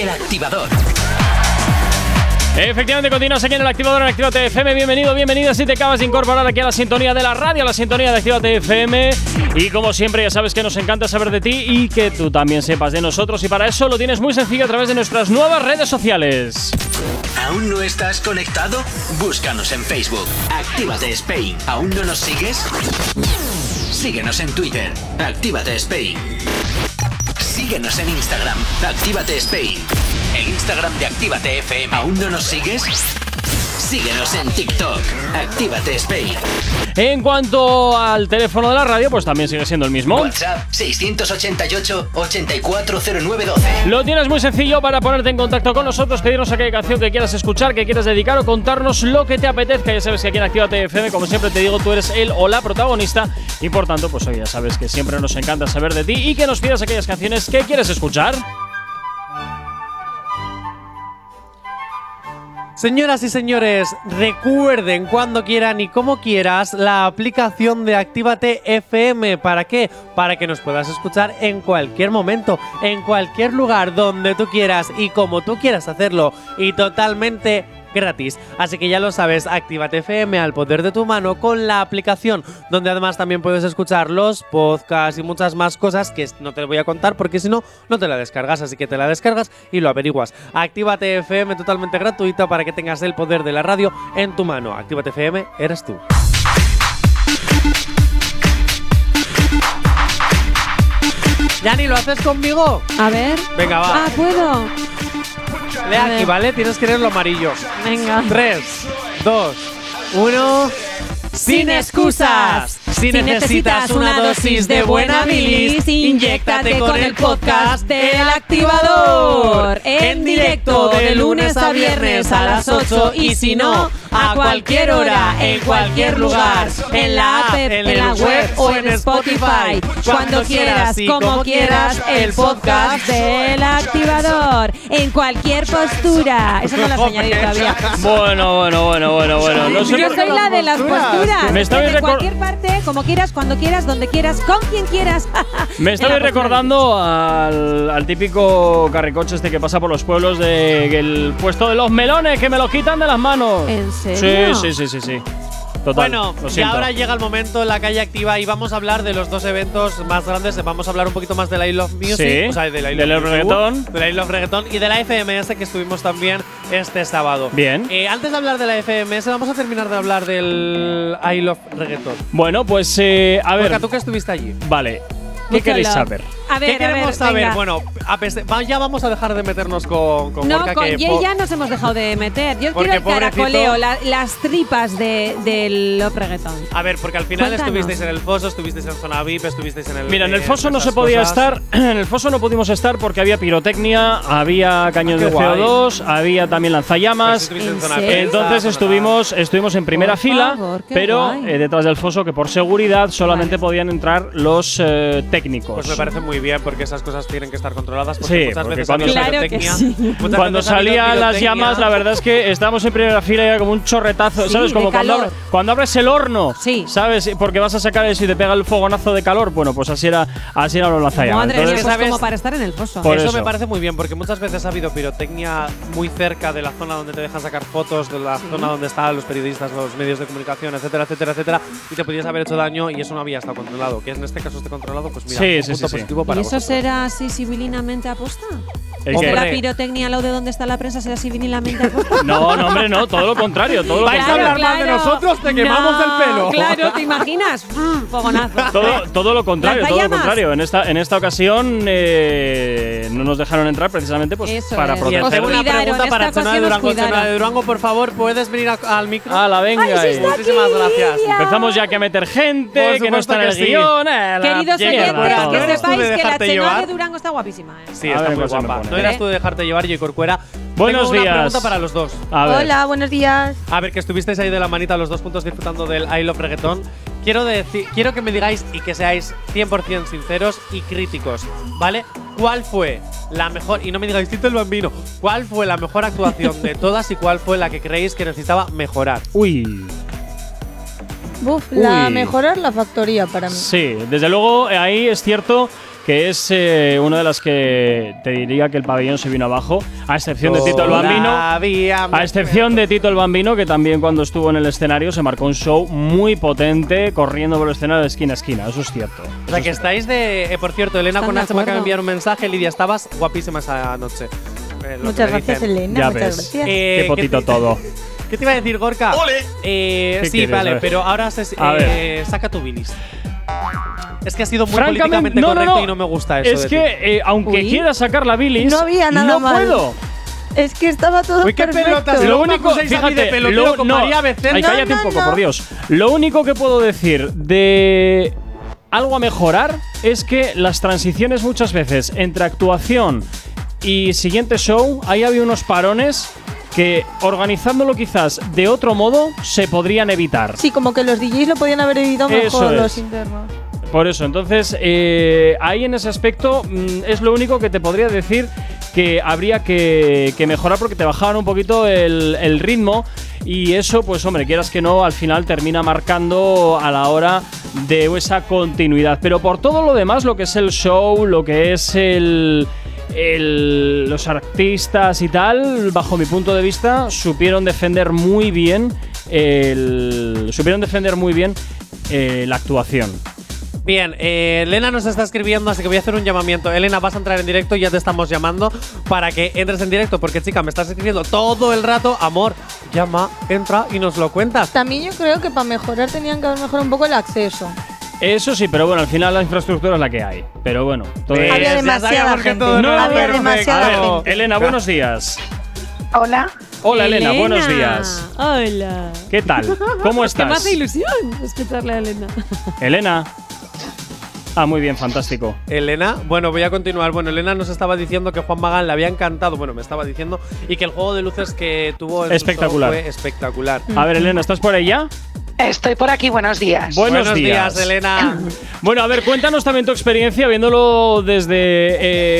Speaker 4: El activador.
Speaker 1: Efectivamente, continúas aquí en el activador en Activate FM. Bienvenido, bienvenida. Si te acabas de incorporar aquí a la sintonía de la radio, a la sintonía de Activate FM. Y como siempre, ya sabes que nos encanta saber de ti y que tú también sepas de nosotros. Y para eso lo tienes muy sencillo a través de nuestras nuevas redes sociales.
Speaker 4: ¿Aún no estás conectado? Búscanos en Facebook. Actívate Spain. ¿Aún no nos sigues? Síguenos en Twitter. Actívate Spain. Síguenos en Instagram. Actívate Spain. El Instagram de Actívate FM. ¿Aún no nos sigues? Síguenos en TikTok. Actívate Spain.
Speaker 1: En cuanto al teléfono de la radio, pues también sigue siendo el mismo.
Speaker 4: WhatsApp 688 840912.
Speaker 1: Lo tienes muy sencillo para ponerte en contacto con nosotros, pedirnos aquella canción que quieras escuchar, que quieras dedicar o contarnos lo que te apetezca. Ya sabes que aquí en Actívate FM, como siempre te digo, tú eres el o la protagonista y por tanto, pues oye, ya sabes que siempre nos encanta saber de ti y que nos pidas aquellas canciones que quieres escuchar.
Speaker 3: Señoras y señores, recuerden cuando quieran y como quieras la aplicación de Actívate FM. ¿Para qué? Para que nos puedas escuchar en cualquier momento, en cualquier lugar donde tú quieras y como tú quieras hacerlo y totalmente gratis. Así que ya lo sabes, Actívate FM al poder de tu mano con la aplicación, donde además también puedes escuchar los podcasts y muchas más cosas que no te voy a contar porque si no, no te la descargas. Así que te la descargas y lo averiguas. Actívate FM totalmente gratuita para que tengas el poder de la radio en tu mano. Actívate FM, eres tú. Yanni, ¿lo haces conmigo?
Speaker 2: A ver.
Speaker 3: Venga, va.
Speaker 2: Ah, puedo.
Speaker 3: Lee
Speaker 2: A
Speaker 3: aquí,
Speaker 2: ver.
Speaker 3: ¿vale? Tienes que leer lo amarillo.
Speaker 2: Venga.
Speaker 3: 3, 2, 1.
Speaker 2: Sin excusas.
Speaker 3: Si necesitas una dosis de buena bilis, inyéctate con el podcast del activador. En directo de lunes a viernes a las 8 y si no, a cualquier hora, en cualquier lugar, en la app, en la web o en Spotify. Cuando quieras y como quieras, el podcast
Speaker 2: del activador. En cualquier postura. Eso no lo has añadido todavía.
Speaker 1: Bueno, bueno, bueno, bueno, bueno. No sé
Speaker 2: Yo
Speaker 1: por-
Speaker 2: soy la de las posturas.
Speaker 1: Me estabais
Speaker 2: Desde
Speaker 1: recor-
Speaker 2: cualquier parte, como quieras, cuando quieras, donde quieras, con quien quieras.
Speaker 1: Me
Speaker 2: En
Speaker 1: estaba
Speaker 2: la postura.
Speaker 1: recordando al, al típico carricoche este que pasa por los pueblos de- del puesto de los melones que me los quitan de las manos.
Speaker 2: ¿En serio?
Speaker 1: Sí, sí, sí, sí, sí. Total.
Speaker 3: Bueno,
Speaker 1: lo
Speaker 3: y
Speaker 1: siento.
Speaker 3: ahora llega el momento, la calle activa, y vamos a hablar de los dos eventos más grandes. Vamos a hablar un poquito más de la I Love Music,
Speaker 1: Sí,
Speaker 3: o sea, de la I
Speaker 1: del
Speaker 3: Love Music,
Speaker 1: reggaetón.
Speaker 3: de la I Love Reggaetón y de la FMS que estuvimos también este sábado.
Speaker 1: Bien.
Speaker 3: Eh, antes de hablar de la FMS, vamos a terminar de hablar del I Love Reggaetón.
Speaker 1: Bueno, pues eh, a
Speaker 3: Porque
Speaker 1: ver.
Speaker 3: tú que estuviste allí.
Speaker 1: Vale. ¿Qué
Speaker 2: Búscalo.
Speaker 1: queréis saber?
Speaker 2: A ver,
Speaker 3: ¿Qué queremos
Speaker 2: a ver,
Speaker 3: saber?
Speaker 2: venga.
Speaker 3: Bueno, a pesar- va- ya vamos a dejar de meternos con, con
Speaker 2: No,
Speaker 3: Gorka,
Speaker 2: con
Speaker 3: que
Speaker 2: Jay
Speaker 3: po-
Speaker 2: ya nos hemos dejado de meter. Yo
Speaker 3: Porque
Speaker 2: quiero el
Speaker 3: pobrecito-
Speaker 2: caracoleo, la- las tripas de, del Love reggaetón.
Speaker 3: A ver, porque al final
Speaker 2: Cuéntanos.
Speaker 3: estuvisteis en el foso, estuvisteis en zona VIP, estuvisteis en el.
Speaker 1: Mira, en el
Speaker 3: eh,
Speaker 1: foso no
Speaker 3: esas
Speaker 1: se podía
Speaker 3: cosas.
Speaker 1: estar, en el foso no pudimos estar porque había pirotecnia, había cañón
Speaker 3: Ah, qué
Speaker 1: de
Speaker 3: guay. Pues
Speaker 1: CO2, había también
Speaker 3: Pero
Speaker 1: lanzallamas.
Speaker 3: si estuviste en
Speaker 2: ¿En
Speaker 3: zona
Speaker 2: serio?
Speaker 3: prensa,
Speaker 1: Entonces
Speaker 3: zona-
Speaker 1: estuvimos, estuvimos en primera
Speaker 2: Por
Speaker 1: fila,
Speaker 2: favor, qué
Speaker 1: pero
Speaker 2: guay.
Speaker 1: eh, detrás del foso, que por seguridad solamente
Speaker 2: Vale.
Speaker 1: podían entrar los eh, técnicos.
Speaker 3: Pues me parece muy bien porque esas cosas tienen que estar controladas. Porque
Speaker 1: Sí,
Speaker 3: muchas
Speaker 1: porque
Speaker 3: veces
Speaker 1: cuando-
Speaker 3: ha habido
Speaker 2: Claro que
Speaker 3: pirotecnia,
Speaker 2: sí.
Speaker 3: muchas
Speaker 1: cuando
Speaker 3: veces ha habido
Speaker 1: salían las
Speaker 3: pirotecnia.
Speaker 1: llamas, la verdad es que estábamos en primera fila y era como un chorretazo,
Speaker 2: Sí,
Speaker 1: ¿sabes?
Speaker 2: de
Speaker 1: Como cuando,
Speaker 2: calor.
Speaker 1: abres- cuando abres el horno,
Speaker 2: Sí.
Speaker 1: ¿sabes? Porque vas a sacar eso y te pega el fogonazo de calor. Bueno, pues así era, así era los lanzallamas.
Speaker 2: Madre mía,
Speaker 1: Entonces-
Speaker 2: pues
Speaker 3: ¿sabes?
Speaker 2: como para estar en el foso.
Speaker 1: Por
Speaker 3: eso, me
Speaker 1: eso.
Speaker 3: parece muy bien porque muchas veces ha habido pirotecnia muy cerca de la zona donde te dejan sacar fotos, de la zona donde están los periodistas, los medios de comunicación, etcétera, etcétera, etcétera, y te podías haber hecho daño y eso no había estado controlado. Que en este caso esté controlado, pues mira,
Speaker 1: Sí,
Speaker 3: un
Speaker 1: sí,
Speaker 3: punto
Speaker 1: sí, sí.
Speaker 3: positivo para
Speaker 2: ¿Y eso
Speaker 3: vosotros.
Speaker 2: será así civilinamente aposta?
Speaker 1: ¿El
Speaker 2: ¿O
Speaker 1: pues- qué?
Speaker 2: la pirotecnia lo de dónde está la prensa será civilinamente aposta?
Speaker 1: No, no, hombre, no, todo lo contrario. Todo lo
Speaker 3: Vais a
Speaker 1: contrario.
Speaker 3: hablar mal de nosotros, te quemamos el pelo.
Speaker 2: Claro, ¿te imaginas? Mm, Fogonazo.
Speaker 1: Todo, todo lo contrario, todo lo
Speaker 2: Lanzallamas.
Speaker 1: contrario. En esta, en esta ocasión eh, no nos dejaron entrar precisamente pues,
Speaker 2: Eso
Speaker 1: para
Speaker 2: es.
Speaker 3: Y os
Speaker 2: Os
Speaker 1: proteger.
Speaker 3: tengo una
Speaker 2: cuidaron,
Speaker 3: pregunta
Speaker 2: esta
Speaker 3: para Chona de
Speaker 2: ocasión os
Speaker 3: Durango. Chona de
Speaker 2: cuidaron.
Speaker 3: Durango, por favor, puedes venir a- al micro.
Speaker 1: A la venga.
Speaker 2: Ay, sí
Speaker 1: eh.
Speaker 2: está
Speaker 3: Muchísimas
Speaker 2: aquí,
Speaker 3: gracias.
Speaker 2: Lidia.
Speaker 1: Empezamos ya que a meter gente,
Speaker 3: Por
Speaker 1: que no
Speaker 3: supuesto
Speaker 1: está en
Speaker 3: que
Speaker 1: el
Speaker 3: sí.
Speaker 1: guión. eh, la mierda,
Speaker 2: Queridos
Speaker 3: oyentes,
Speaker 2: oyentes,
Speaker 1: todo.
Speaker 3: ¿no
Speaker 2: que
Speaker 3: eres tú de
Speaker 2: sepáis que la
Speaker 3: dejarte
Speaker 2: Chenoa
Speaker 3: llevar?
Speaker 2: de Durango está guapísima. ¿eh?
Speaker 3: Sí,
Speaker 1: A
Speaker 3: está
Speaker 1: ver
Speaker 3: muy
Speaker 1: cuál se me
Speaker 3: guapa.
Speaker 1: pone.
Speaker 3: No eras tú de dejarte llevar, J. Corcuera.
Speaker 1: Buenos
Speaker 3: Tengo
Speaker 1: días.
Speaker 3: Una pregunta para los dos.
Speaker 1: A ver.
Speaker 9: Hola, buenos días.
Speaker 3: A ver, que estuvisteis ahí de la manita los dos puntos disfrutando del I Love Reggaeton. Quiero, deci- quiero que me digáis y que seáis 100% sinceros y críticos, ¿vale? ¿Cuál fue la mejor, y no me digáis Tito el Bambino, cuál fue la mejor actuación de todas y cuál fue la que creéis que necesitaba mejorar?
Speaker 1: Uy.
Speaker 9: Buf, la
Speaker 1: Uy.
Speaker 9: mejorar la factoría para mí.
Speaker 1: Sí, desde luego eh, ahí es cierto que es eh, una de las que te diría que el pabellón se vino abajo, a excepción de Tito el Bambino.
Speaker 3: Todavía me-
Speaker 1: A este excepción de Tito el Bambino, que también cuando estuvo en el escenario se marcó un show muy potente, corriendo por el escenario de esquina a esquina, eso es cierto.
Speaker 3: O sea, que estáis de. eh, por cierto, Elena
Speaker 2: Están
Speaker 3: con
Speaker 2: de
Speaker 3: H me acaba de
Speaker 2: acuerdo.
Speaker 3: enviar un mensaje. Lidia, estabas guapísima esa noche. Eh, lo
Speaker 9: Muchas
Speaker 3: que me
Speaker 9: gracias,
Speaker 3: dicen.
Speaker 9: Elena.
Speaker 1: ya
Speaker 9: muchas
Speaker 1: ves.
Speaker 9: gracias.
Speaker 3: Eh,
Speaker 1: Qué potito
Speaker 3: ¿qué te-
Speaker 1: todo.
Speaker 3: ¿Qué te iba a decir, Gorka? Eh,
Speaker 1: ¿Qué
Speaker 3: sí,
Speaker 1: quieres? A
Speaker 3: vale,
Speaker 1: ver.
Speaker 3: pero ahora se-
Speaker 1: A
Speaker 3: eh, saca tu bilis. Es que ha sido muy
Speaker 1: Francamente,
Speaker 3: políticamente
Speaker 1: no, no,
Speaker 3: correcto
Speaker 1: no.
Speaker 3: y no me gusta eso.
Speaker 1: es
Speaker 3: de ti.
Speaker 1: que, eh, aunque
Speaker 9: Uy.
Speaker 1: quiera sacar la bilis,
Speaker 9: No había nada
Speaker 1: no
Speaker 9: mal.
Speaker 1: puedo.
Speaker 9: Es que estaba todo
Speaker 3: Uy, qué
Speaker 9: perfecto.
Speaker 3: pelotas,
Speaker 1: Lo
Speaker 3: Luego me
Speaker 1: único,
Speaker 3: acusáis a mí
Speaker 1: fíjate,
Speaker 3: de pelotero
Speaker 1: lo,
Speaker 3: con
Speaker 1: no,
Speaker 3: María Becerra.
Speaker 1: Ay,
Speaker 9: No,
Speaker 1: cállate un
Speaker 9: no,
Speaker 1: poco,
Speaker 9: no.
Speaker 1: por Dios. Lo único que puedo decir de algo a mejorar es que las transiciones muchas veces entre actuación y siguiente show, ahí había unos parones que organizándolo quizás de otro modo se podrían evitar.
Speaker 9: Sí, como que los DJs lo podían haber vivido
Speaker 1: Eso
Speaker 9: mejor
Speaker 1: es.
Speaker 9: los internos.
Speaker 1: Por eso, entonces, eh, ahí en ese aspecto mm, es lo único que te podría decir que habría que, que mejorar porque te bajaban un poquito el, el ritmo y eso, pues hombre, quieras que no, al final termina marcando a la hora de esa continuidad. Pero por todo lo demás, lo que es el show, lo que es el, el- los artistas y tal, bajo mi punto de vista, supieron defender muy bien el, supieron defender muy bien eh, la actuación.
Speaker 3: Bien, eh, Elena nos está escribiendo, así que voy a hacer un llamamiento. Elena, vas a entrar en directo, ya te estamos llamando para que entres en directo, porque chica, me estás escribiendo todo el rato, amor, llama, entra y nos lo cuentas.
Speaker 9: También yo creo que para mejorar tenían que haber mejorado un poco el acceso.
Speaker 1: Eso sí, pero bueno, al final la infraestructura es la que hay. Pero bueno, todo
Speaker 3: Eh,
Speaker 9: Había
Speaker 3: ya
Speaker 9: demasiada
Speaker 3: sabíamos que
Speaker 9: gente.
Speaker 3: todo
Speaker 1: No,
Speaker 3: era
Speaker 1: había
Speaker 3: perfecto.
Speaker 9: demasiada
Speaker 1: A ver,
Speaker 9: gente.
Speaker 1: Elena, buenos días.
Speaker 10: Hola,
Speaker 1: Hola, Elena, buenos días.
Speaker 2: Hola.
Speaker 1: ¿Qué tal? ¿Cómo
Speaker 2: Que me
Speaker 1: estás?
Speaker 2: hace ilusión escucharle a Elena.
Speaker 1: Elena. Ah, muy bien, fantástico.
Speaker 3: Elena, bueno, voy a continuar. Bueno, Elena nos estaba diciendo que Juan Magán le había encantado, bueno, me estaba diciendo, y que el juego de luces que tuvo en su
Speaker 1: Espectacular.
Speaker 3: show fue espectacular.
Speaker 1: A ver, Elena, ¿estás por ahí ya?
Speaker 10: estoy por aquí, buenos días.
Speaker 1: Buenos,
Speaker 3: días, Elena.
Speaker 1: Bueno, a ver, cuéntanos también tu experiencia viéndolo desde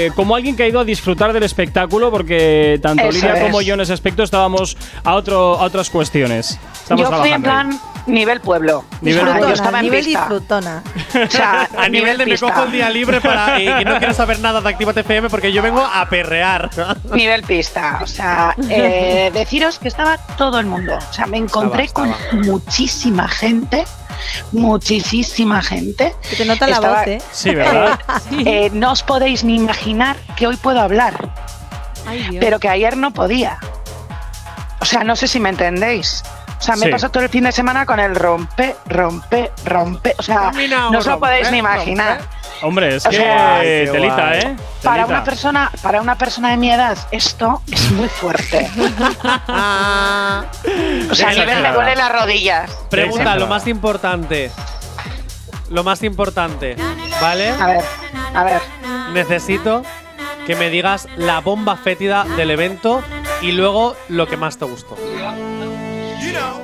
Speaker 1: eh, como alguien que ha ido a disfrutar del espectáculo, porque tanto
Speaker 10: Eso
Speaker 1: Lidia
Speaker 10: es.
Speaker 1: como yo en ese aspecto estábamos a, otro, a otras cuestiones. Estamos
Speaker 10: yo fui en
Speaker 1: trabajando ahí.
Speaker 10: plan nivel pueblo.
Speaker 1: Nivel
Speaker 10: O sea,
Speaker 1: pueblo.
Speaker 10: yo
Speaker 9: Disfrutona,
Speaker 10: estaba en
Speaker 9: nivel
Speaker 10: pista.
Speaker 9: disfrutona.
Speaker 10: O sea,
Speaker 3: A nivel de me
Speaker 10: pista.
Speaker 3: cojo un día libre para y, y no quiero saber nada de Actívate FM porque yo vengo a perrear.
Speaker 10: Nivel pista. O sea, eh, deciros que estaba todo el mundo. O sea, me encontré
Speaker 3: Estaba, estaba.
Speaker 10: con muchísima gente. Muchísima gente.
Speaker 9: Que te nota la
Speaker 10: Estaba-
Speaker 9: voz, ¿eh?
Speaker 1: Sí, ¿verdad?
Speaker 10: Eh, no os podéis ni imaginar que hoy puedo hablar.
Speaker 2: Ay, Dios.
Speaker 10: pero que ayer no podía. O sea, no sé si me entendéis. O sea, me
Speaker 1: Sí.
Speaker 10: he pasado todo el fin de semana con el rompe, rompe, rompe. O sea,
Speaker 3: Caminao,
Speaker 10: no os lo
Speaker 3: rompe,
Speaker 10: podéis ni imaginar.
Speaker 1: Hombre, es
Speaker 10: O
Speaker 1: que
Speaker 10: sea,
Speaker 1: eh,
Speaker 3: qué
Speaker 1: telita,
Speaker 3: guay.
Speaker 1: ¿eh?
Speaker 10: Para
Speaker 1: Telita.
Speaker 10: una persona, para una persona de mi edad, esto es muy fuerte. o sea, a nivel me
Speaker 1: Exagerada.
Speaker 10: duele las rodillas.
Speaker 3: Pregunta,
Speaker 1: Exacto.
Speaker 3: lo más importante. Lo más importante, ¿vale?
Speaker 10: A ver, a ver.
Speaker 3: Necesito que me digas la bomba fétida del evento y luego lo que más te gustó.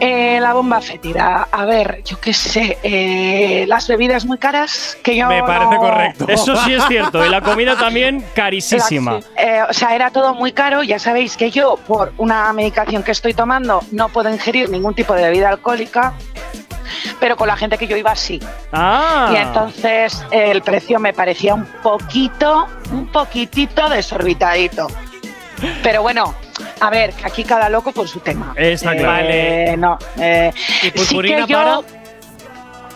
Speaker 10: Eh, la bomba fétida. A ver, yo qué sé. eh, las bebidas muy caras que yo.
Speaker 3: me parece
Speaker 10: no-
Speaker 3: correcto.
Speaker 1: Eso sí es cierto. Y la comida también carísima.
Speaker 10: Eh, o sea, era todo muy caro. Ya sabéis que yo, por una medicación que estoy tomando, no puedo ingerir ningún tipo de bebida alcohólica, pero con la gente que yo iba sí.
Speaker 1: Ah.
Speaker 10: Y entonces eh, el precio me parecía un poquito, un poquitito desorbitadito. Pero bueno, a ver, que aquí cada loco con su tema.
Speaker 1: Está
Speaker 10: Eh,
Speaker 1: claro.
Speaker 10: No, eh,
Speaker 3: ¿Y purpurina
Speaker 10: sí que yo,
Speaker 3: para?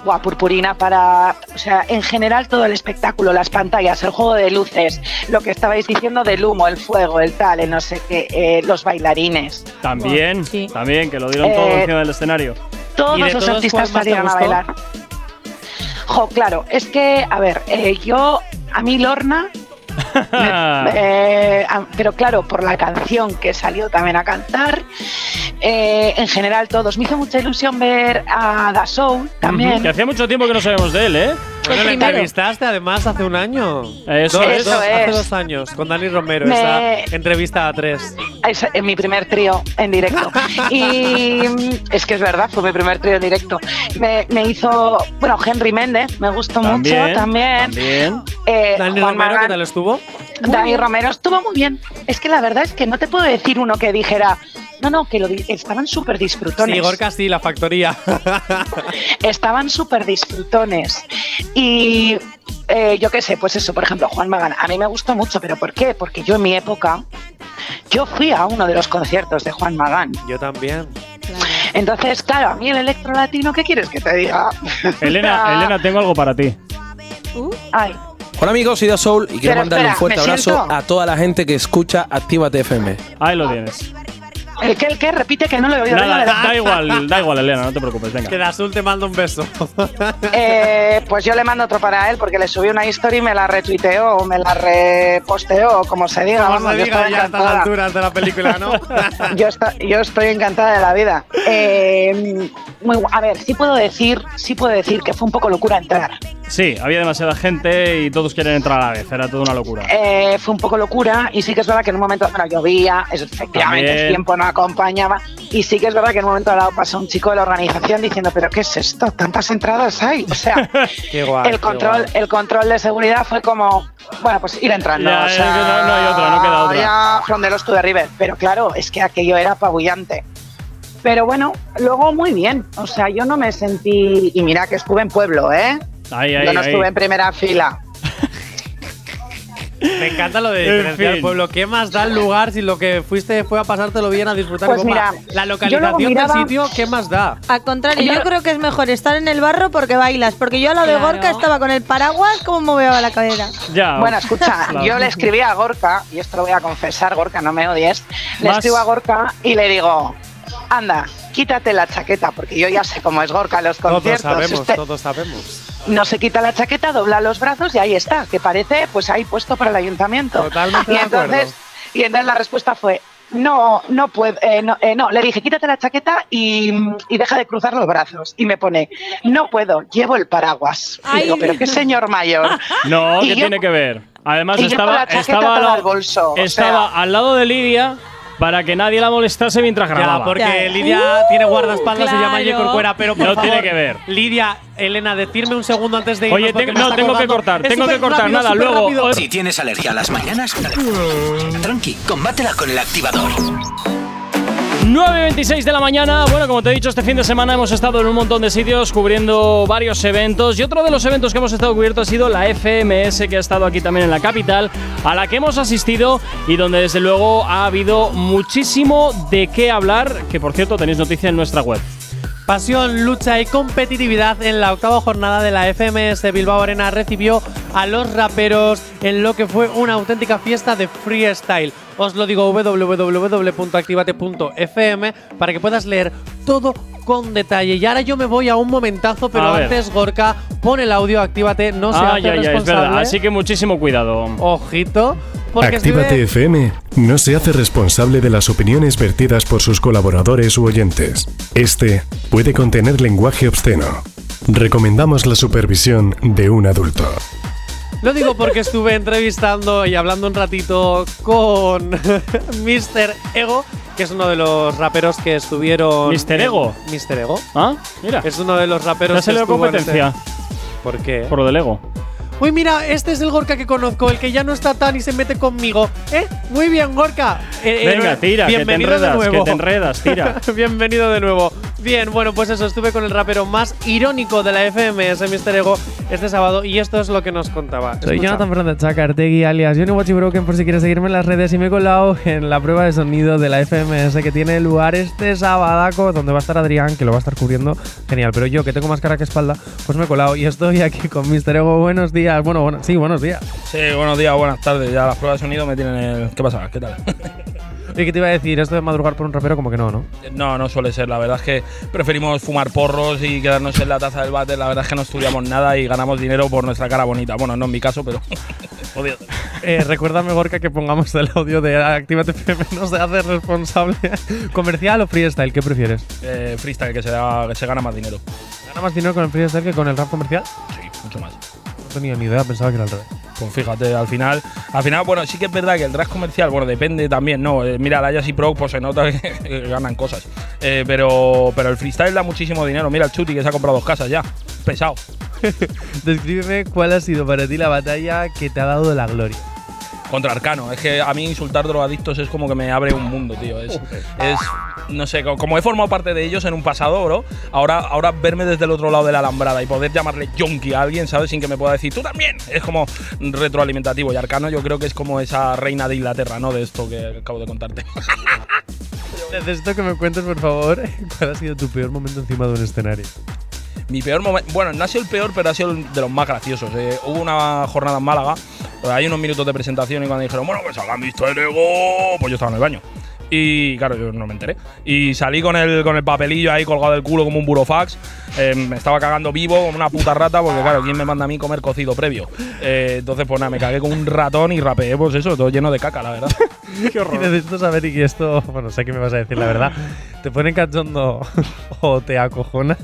Speaker 10: Buah, purpurina para, o sea, en general todo el espectáculo, las pantallas, el juego de luces, lo que estabais diciendo del humo, el fuego, el tal, el no sé qué, eh, los bailarines,
Speaker 1: También,
Speaker 9: Sí.
Speaker 1: también, que lo dieron todo
Speaker 10: Eh,
Speaker 1: encima del escenario.
Speaker 10: todos
Speaker 3: ¿Y de
Speaker 10: los
Speaker 3: todos
Speaker 10: artistas
Speaker 3: cuál más te
Speaker 10: salieron a
Speaker 3: gustó?
Speaker 10: bailar. Jo, claro, es que, a ver, eh, yo, a mí Lorna,
Speaker 1: Ah,
Speaker 3: Ah.
Speaker 10: eh, a- pero claro, por la canción que salió también a cantar, eh, en general todos, me hizo mucha ilusión ver a Da Soul también.
Speaker 1: que hacía mucho tiempo que no sabíamos de él, ¿eh?
Speaker 3: Bueno, la
Speaker 9: primero.
Speaker 3: entrevistaste además hace un año.
Speaker 1: Eso
Speaker 3: Dos-
Speaker 1: es.
Speaker 3: dos- Hace
Speaker 10: es.
Speaker 3: dos años, con Dani Romero,
Speaker 10: Me-
Speaker 3: esa entrevista a tres.
Speaker 10: Es en mi primer trío en directo. Y mm, es que es verdad, fue mi primer trío en directo. Me, me hizo, bueno, Henry Méndez, me gustó mucho también.
Speaker 1: También.
Speaker 10: Eh,
Speaker 3: Dani Romero,
Speaker 10: Juan
Speaker 3: ¿qué
Speaker 10: Magán,
Speaker 3: tal estuvo?
Speaker 10: Dani Romero estuvo muy bien. Es que la verdad es que no te puedo decir uno que dijera, no, no, que lo di- estaban súper disfrutones.
Speaker 3: Sí, Gorka sí, la factoría.
Speaker 10: estaban súper disfrutones. Y eh, yo qué sé, pues eso, por ejemplo, Juan Magán, a mí me gustó mucho, pero ¿por qué? Porque yo en mi época, yo fui a uno de los conciertos de Juan Magán.
Speaker 3: Yo también.
Speaker 10: Entonces, claro, a mí el electro latino, ¿qué quieres que te diga?
Speaker 1: Elena, Elena, tengo algo para ti.
Speaker 2: Uh.
Speaker 10: Ay,
Speaker 11: Hola amigos, soy Da Soul y quiero
Speaker 10: Pero
Speaker 11: mandarle
Speaker 10: espera,
Speaker 11: un fuerte
Speaker 10: ¿me
Speaker 11: abrazo
Speaker 10: siento?
Speaker 11: a toda la gente que escucha Actívate FM.
Speaker 1: Ahí lo tienes.
Speaker 10: el que, el que, repite que no lo he oído.
Speaker 1: Nada,
Speaker 10: venga,
Speaker 1: da igual, da igual, Elena, no te preocupes,
Speaker 3: Que
Speaker 1: venga.
Speaker 3: de azul te mando un beso.
Speaker 10: eh, pues yo le mando otro para él porque le subí una historia y me la retuiteó o me la reposteó, o como se diga.
Speaker 3: Como
Speaker 10: vamos,
Speaker 3: se
Speaker 10: yo
Speaker 3: diga
Speaker 10: estaba
Speaker 3: ya a estas
Speaker 10: encantada.
Speaker 3: alturas de la película, ¿no?
Speaker 10: Yo, esta- yo estoy encantada de la vida. Eh, muy gu- a ver, sí puedo decir, sí puedo decir que fue un poco locura entrar.
Speaker 1: Sí, había demasiada gente y todos quieren entrar a la vez. Era toda una locura.
Speaker 10: Eh, fue un poco locura y sí que es verdad que en un momento, bueno, llovía, es- efectivamente
Speaker 1: También.
Speaker 10: el tiempo no acompañaba y sí que es verdad que en un momento dado pasó un chico de la organización diciendo, pero ¿qué es esto? ¿Tantas entradas hay? O sea,
Speaker 3: Qué guay,
Speaker 10: el
Speaker 3: qué
Speaker 10: control
Speaker 3: guay.
Speaker 10: el control de seguridad fue como, bueno, pues ir entrando.
Speaker 1: Ya,
Speaker 10: o
Speaker 1: es
Speaker 10: sea,
Speaker 1: que no- no hay otra, no queda otra.
Speaker 10: Ya, from the lost to the river. Pero claro, es que aquello era apabullante. Pero bueno, luego muy bien. O sea, yo no me sentí. Y mira que estuve en pueblo, ¿eh?
Speaker 1: Ahí, ahí,
Speaker 10: yo no
Speaker 1: ahí.
Speaker 10: estuve en primera fila.
Speaker 3: Me encanta lo de
Speaker 12: En
Speaker 3: diferenciar el
Speaker 12: fin.
Speaker 3: pueblo. ¿Qué más da el lugar si lo que fuiste fue a pasártelo bien, a disfrutar
Speaker 2: Pues
Speaker 3: como
Speaker 2: mira,
Speaker 3: más? La
Speaker 2: yo luego
Speaker 3: localización
Speaker 2: miraba-
Speaker 3: del sitio, ¿qué más da?
Speaker 2: Al contrario, yo creo que es mejor estar en el barro porque bailas. Porque yo a lo de
Speaker 10: Claro.
Speaker 2: Gorka estaba con el paraguas como moveaba la cadera.
Speaker 12: Ya.
Speaker 10: Bueno, escucha,
Speaker 12: Claro.
Speaker 10: yo le escribí a Gorka, y esto lo voy a confesar, Gorka, no me odies. Le
Speaker 12: Vas.
Speaker 10: escribo a Gorka y le digo, anda, quítate la chaqueta, porque yo ya sé cómo es Gorka en los
Speaker 3: Todos
Speaker 10: conciertos.
Speaker 3: sabemos,
Speaker 10: Usted
Speaker 3: todos sabemos.
Speaker 10: No se quita la chaqueta, dobla los brazos y ahí está, que parece pues ahí puesto para el ayuntamiento.
Speaker 3: Totalmente
Speaker 10: y
Speaker 3: de acuerdo.
Speaker 10: entonces, y entonces la respuesta fue, no, no puedo, eh, no, eh, no, le dije, quítate la chaqueta y, y deja de cruzar los brazos. Y me pone, no puedo, llevo el paraguas. Y digo, pero qué señor mayor.
Speaker 12: No,
Speaker 10: Y
Speaker 12: ¿qué
Speaker 10: yo-
Speaker 12: tiene que ver? Además,
Speaker 10: y yo con
Speaker 12: estaba,
Speaker 10: la chaqueta
Speaker 12: estaba, al,
Speaker 10: atada
Speaker 12: lado-
Speaker 10: al bolso, o
Speaker 12: estaba al lado de Lidia para que nadie la molestase mientras grababa.
Speaker 3: Ya, porque Lidia tiene guardaespaldas, se llama Ye Corcuera, pero por
Speaker 12: No
Speaker 3: favor,
Speaker 12: tiene que ver.
Speaker 3: Lidia, Elena, decirme un segundo antes de irnos
Speaker 12: Oye,
Speaker 3: porque
Speaker 12: tengo-
Speaker 3: me
Speaker 12: no,
Speaker 3: está
Speaker 12: tengo que
Speaker 3: colgando.
Speaker 12: cortar,
Speaker 3: Es
Speaker 12: tengo que
Speaker 3: superrápido,
Speaker 12: cortar, nada, luego-
Speaker 3: superrápido.
Speaker 12: Oye-
Speaker 4: Si tienes alergia a las mañanas, tranqui, combátela con el activador.
Speaker 12: 9.26 de la mañana. Bueno, como te he dicho, este fin de semana hemos estado en un montón de sitios cubriendo varios eventos. Y otro de los eventos que hemos estado cubierto ha sido la FMS, que ha estado aquí también en la capital, a la que hemos asistido y donde desde luego ha habido muchísimo de qué hablar. Que por cierto, tenéis noticia en nuestra web.
Speaker 3: Pasión, lucha y competitividad en la octava jornada de la FMS Bilbao Arena recibió a los raperos en lo que fue una auténtica fiesta de freestyle. Os lo digo www.activate.fm para que puedas leer todo con detalle. Y ahora yo me voy a un momentazo, pero
Speaker 12: A ver.
Speaker 3: antes Gorka pon el audio, actívate, no se
Speaker 12: Ay,
Speaker 3: hace
Speaker 12: ay, ay, es
Speaker 3: responsable.
Speaker 12: verdad. Así que muchísimo cuidado.
Speaker 10: Oh.
Speaker 3: Ojito, porque
Speaker 7: Actívate
Speaker 3: escribe-
Speaker 7: FM no se hace responsable de las opiniones vertidas por sus colaboradores u oyentes. Este puede contener lenguaje obsceno. Recomendamos la supervisión de un adulto.
Speaker 3: Lo digo porque estuve entrevistando y hablando un ratito con Mr. Ego, que es uno de los raperos que estuvieron.
Speaker 12: ¿Mr. Ego?
Speaker 3: en- Mr. Ego.
Speaker 12: Ah, mira.
Speaker 3: Es uno de los raperos
Speaker 12: Ya se
Speaker 3: que
Speaker 12: le da
Speaker 3: estuvo en ese-
Speaker 1: este-
Speaker 12: competencia.
Speaker 3: ¿Por qué?
Speaker 12: Por lo del ego.
Speaker 3: Uy, mira, este es el Gorka que conozco, el que ya no está tan y se mete conmigo. ¿Eh? Muy bien, Gorka. Eh, eh,
Speaker 12: Venga, tira, que te
Speaker 3: bienvenido
Speaker 12: enredas,
Speaker 3: de
Speaker 12: que
Speaker 3: nuevo.
Speaker 12: te enredas, tira.
Speaker 3: bienvenido de nuevo. Bien, bueno, pues eso, estuve con el rapero más irónico de la FMS, Mr. Ego, este sábado, y esto es lo que nos contaba.
Speaker 5: Soy
Speaker 3: Escucha.
Speaker 5: Jonathan Fernández Chacartegui, alias Johnny Watchy Broken, por si quieres seguirme en las redes. Y me he colado en la prueba de sonido de la FMS que tiene lugar este sabadaco, donde va a estar Adrián, que lo va a estar cubriendo. Genial, pero yo, que tengo más cara que espalda, pues me he colado. Y estoy aquí con Mr. Ego. Buenos días. Bueno, bueno, sí, buenos días.
Speaker 1: Sí, buenos días, buenas tardes. Ya las pruebas de sonido me tienen el. ¿Qué pasa? ¿Qué tal?
Speaker 5: ¿Y qué te iba a decir? Esto de madrugar por un rapero, como que no, ¿no?
Speaker 1: No, no suele ser. La verdad es que preferimos fumar porros y quedarnos en la taza del váter. La verdad es que no estudiamos nada y ganamos dinero por nuestra cara bonita. Bueno, no en mi caso, pero. Obvio.
Speaker 5: Eh, recuérdame, Gorka, que pongamos el audio de Actívate FM, no se hace responsable. ¿Comercial o freestyle? ¿Qué prefieres?
Speaker 1: Eh, freestyle, que se, da- que se gana más dinero.
Speaker 5: ¿Gana más dinero con el freestyle que con el rap comercial?
Speaker 1: Mucho más.
Speaker 5: No tenía ni idea, pensaba que era al revés.
Speaker 1: Pues fíjate, al final, al final, bueno, sí que es verdad que el drag comercial, bueno, depende también, ¿no? Eh, Mira, la Jazz y Pro, pues se nota que, que ganan cosas. Eh, pero, pero el freestyle da muchísimo dinero. Mira el Chuti que se ha comprado dos casas ya. Pesado.
Speaker 5: Descríbeme cuál ha sido para ti la batalla que te ha dado de la gloria.
Speaker 1: Contra Arcano. Es que a mí insultar drogadictos es como que me abre un mundo, tío. Es, es- no sé, co- como he formado parte de ellos en un pasado, bro, ahora, ahora verme desde el otro lado de la alambrada y poder llamarle yonki a alguien, ¿sabes? Sin que me pueda decir, tú también. Es como retroalimentativo. Y Arcano yo creo que es como esa reina de Inglaterra, ¿no? De esto que acabo de contarte.
Speaker 5: Necesito que me cuentes, por favor, cuál ha sido tu peor momento encima de un escenario.
Speaker 1: Mi peor momento, bueno, no ha sido el peor, pero ha sido el de los más graciosos. eh. Hubo una jornada en Málaga, eh, hay unos minutos de presentación y cuando dijeron, bueno, pues hagan visto el ego, pues yo estaba en el baño. Y claro, yo no me enteré. Y salí con el, con el papelillo ahí colgado del culo como un burofax. Eh, me estaba cagando vivo como una puta rata, porque claro, ¿quién me manda a mí comer cocido previo? Eh, entonces, pues nada, me cagué con un ratón y rapeé, pues eso, todo lleno de caca, la verdad.
Speaker 5: Y necesito saber, y esto, bueno, sé que me vas a decir la verdad, ¿te pone cachondo o te acojona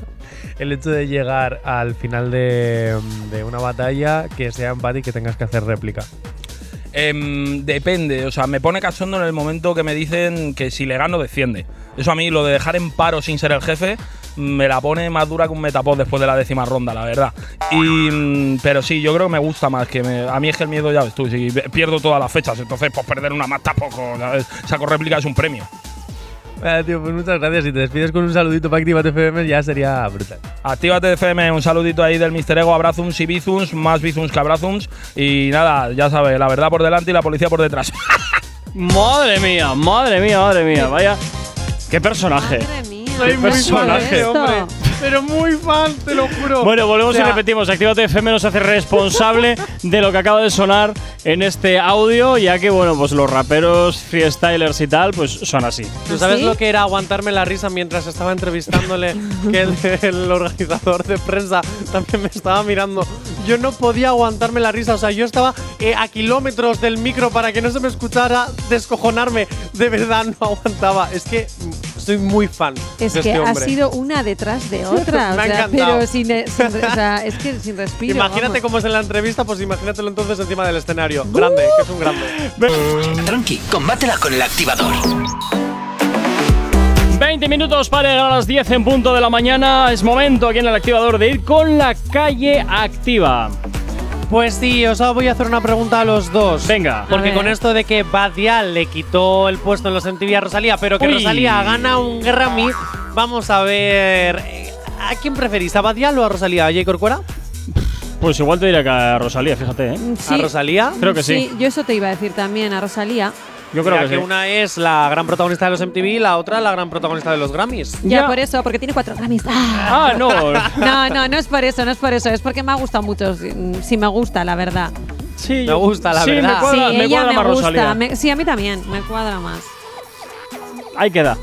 Speaker 5: el hecho de llegar al final de, de una batalla que sea empate y que tengas que hacer réplica?
Speaker 1: Em, depende, o sea, me pone cachondo en el momento que me dicen que si le gano desciende. Eso a mí, lo de dejar en paro sin ser el jefe, mm, me la pone más dura que un metapod después de la décima ronda, la verdad. Y, mm, pero sí, yo creo que me gusta más, que me- a mí es que el miedo, ya ves tú, si pierdo todas las fechas, entonces pues perder una más tampoco, ¿sabes? Saco réplica es un premio.
Speaker 13: Vale, tío, pues muchas gracias. Si te despides con un saludito para Activate FM, ya sería brutal.
Speaker 11: Actívate FM, un saludito ahí del Mister Ego, abrazums y bizums, más bizums que abrazums. Y nada, ya sabes, la verdad por delante y la policía por detrás.
Speaker 1: Madre mía, madre mía, madre mía. Vaya. Qué personaje.
Speaker 13: Soy
Speaker 1: muy personaje, hombre.
Speaker 13: Pero muy fan, te lo juro.
Speaker 1: Bueno, volvemos
Speaker 13: a
Speaker 1: y repetimos. Actívate FM nos hace responsable de lo que acaba de sonar en este audio, ya que, bueno, pues los raperos, freestylers y tal, pues son así.
Speaker 3: ¿Tú
Speaker 2: ¿Ah,
Speaker 3: sabes lo que era aguantarme la risa mientras estaba entrevistándole? que el, el organizador de prensa también me estaba mirando. Yo no podía aguantarme la risa. O sea, yo estaba eh, a kilómetros del micro para que no se me escuchara descojonarme. De verdad, no aguantaba. Es que mm, soy muy fan
Speaker 2: Es
Speaker 3: de
Speaker 2: que
Speaker 3: este
Speaker 2: ha
Speaker 3: hombre.
Speaker 2: sido una detrás de otra.
Speaker 3: Me
Speaker 2: o
Speaker 3: ha
Speaker 2: sea,
Speaker 3: encantado.
Speaker 2: pero sin, sin- o sea, es que sin respiro.
Speaker 3: Imagínate
Speaker 2: vamos. ¡Uh!
Speaker 3: cómo es en la entrevista, pues imagínatelo entonces encima del escenario. Grande, que es un grande.
Speaker 4: Tranqui, combátela con el activador.
Speaker 1: 20 minutos para llegar a las 10 en punto de la mañana. Es momento aquí en el activador de ir con la calle activa.
Speaker 3: Pues sí, os voy a hacer una pregunta a los dos.
Speaker 1: Venga.
Speaker 3: Porque con esto de que Badial le quitó el puesto en los MTV a Rosalía, pero que
Speaker 1: Uy.
Speaker 3: Rosalía gana un Grammy, vamos a ver. eh, ¿A quién preferís? ¿A Badial o a Rosalía? ¿A Jay Corcuera?
Speaker 1: Pues igual te diré que a Rosalía, fíjate, ¿eh?
Speaker 2: Sí. ¿A
Speaker 3: Rosalía?
Speaker 1: Creo que sí.
Speaker 2: yo eso te iba a decir también, a Rosalía.
Speaker 1: Yo creo
Speaker 3: Mira
Speaker 1: que sí.
Speaker 3: una es la gran protagonista de los MTV y la otra la gran protagonista de los Grammys.
Speaker 2: Ya, por eso, porque tiene cuatro Grammys.
Speaker 1: Ah, no.
Speaker 2: no, no, no es por eso, no es por eso. Es porque me ha gustado mucho. Sí, mm, sí me gusta, la verdad.
Speaker 1: Sí,
Speaker 3: me gusta, la
Speaker 1: sí, me
Speaker 3: verdad.
Speaker 1: cuadra-
Speaker 2: sí,
Speaker 1: me
Speaker 2: ella
Speaker 1: cuadra más
Speaker 2: me gusta.
Speaker 1: Rosalía.
Speaker 2: me- sí, a mí también, me cuadra más.
Speaker 1: Ahí queda.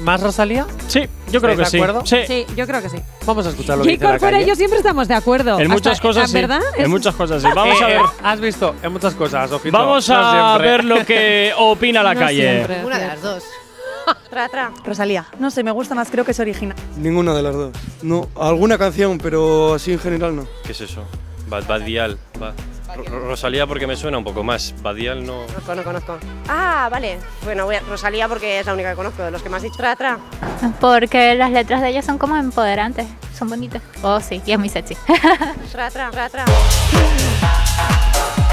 Speaker 3: ¿Más Rosalía?
Speaker 1: Sí, yo creo
Speaker 3: ¿Estáis
Speaker 1: que
Speaker 3: de
Speaker 1: sí.
Speaker 3: acuerdo?
Speaker 1: Sí.
Speaker 2: yo creo que sí.
Speaker 3: Vamos a escuchar Eh. lo que
Speaker 2: Jay
Speaker 3: dice la
Speaker 2: Corcuera y
Speaker 3: calle.
Speaker 2: yo siempre estamos de acuerdo.
Speaker 1: En
Speaker 2: Hasta-
Speaker 1: muchas cosas sí.
Speaker 2: ¿Verdad?
Speaker 1: En
Speaker 2: Es-
Speaker 1: muchas cosas sí. Vamos a
Speaker 3: Eh,
Speaker 1: ver.
Speaker 3: Has visto, en muchas cosas, ojito.
Speaker 1: Vamos
Speaker 3: no
Speaker 1: a
Speaker 3: siempre.
Speaker 1: ver lo que opina la calle.
Speaker 14: Una de las dos. Tra, tra. Rosalía. No sé, me gusta más, creo que es original.
Speaker 15: Ninguna de las dos. No, alguna canción, pero así en general no.
Speaker 16: ¿Qué es eso? Bad, Badial. Ba- Ro- Rosalía porque me suena un poco más. Badial no.
Speaker 17: Conozco, no conozco. Ah, vale. Bueno, voy a Rosalía porque es la única que conozco de los que me has dicho. Tra, tra.
Speaker 18: Porque las letras de ella son como empoderantes, son bonitas. Oh, sí, y es muy sexy.
Speaker 17: Tra, tra, tra, tra.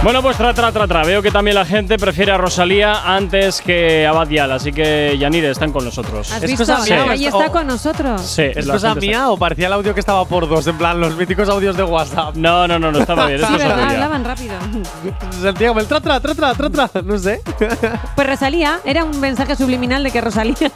Speaker 1: Bueno, pues tra, tra, tra, tra. Veo que también la gente prefiere a Rosalía antes que a Badial, así que Yanire están con nosotros.
Speaker 2: ¿Has visto? La calle está con nosotros.
Speaker 1: Oh. Sí,
Speaker 3: Eh, ¿Es
Speaker 1: la
Speaker 3: cosa
Speaker 1: gente está-
Speaker 3: mía o parecía el audio que estaba por dos? En plan, los míticos audios de WhatsApp.
Speaker 1: No, no, no, no estaba bien.
Speaker 2: Sí, verdad, hablaban rápido.
Speaker 3: Sentía como el tra, tra, tra, tra, tra, tra. No sé.
Speaker 2: Pues Rosalía, era un mensaje subliminal de que Rosalía.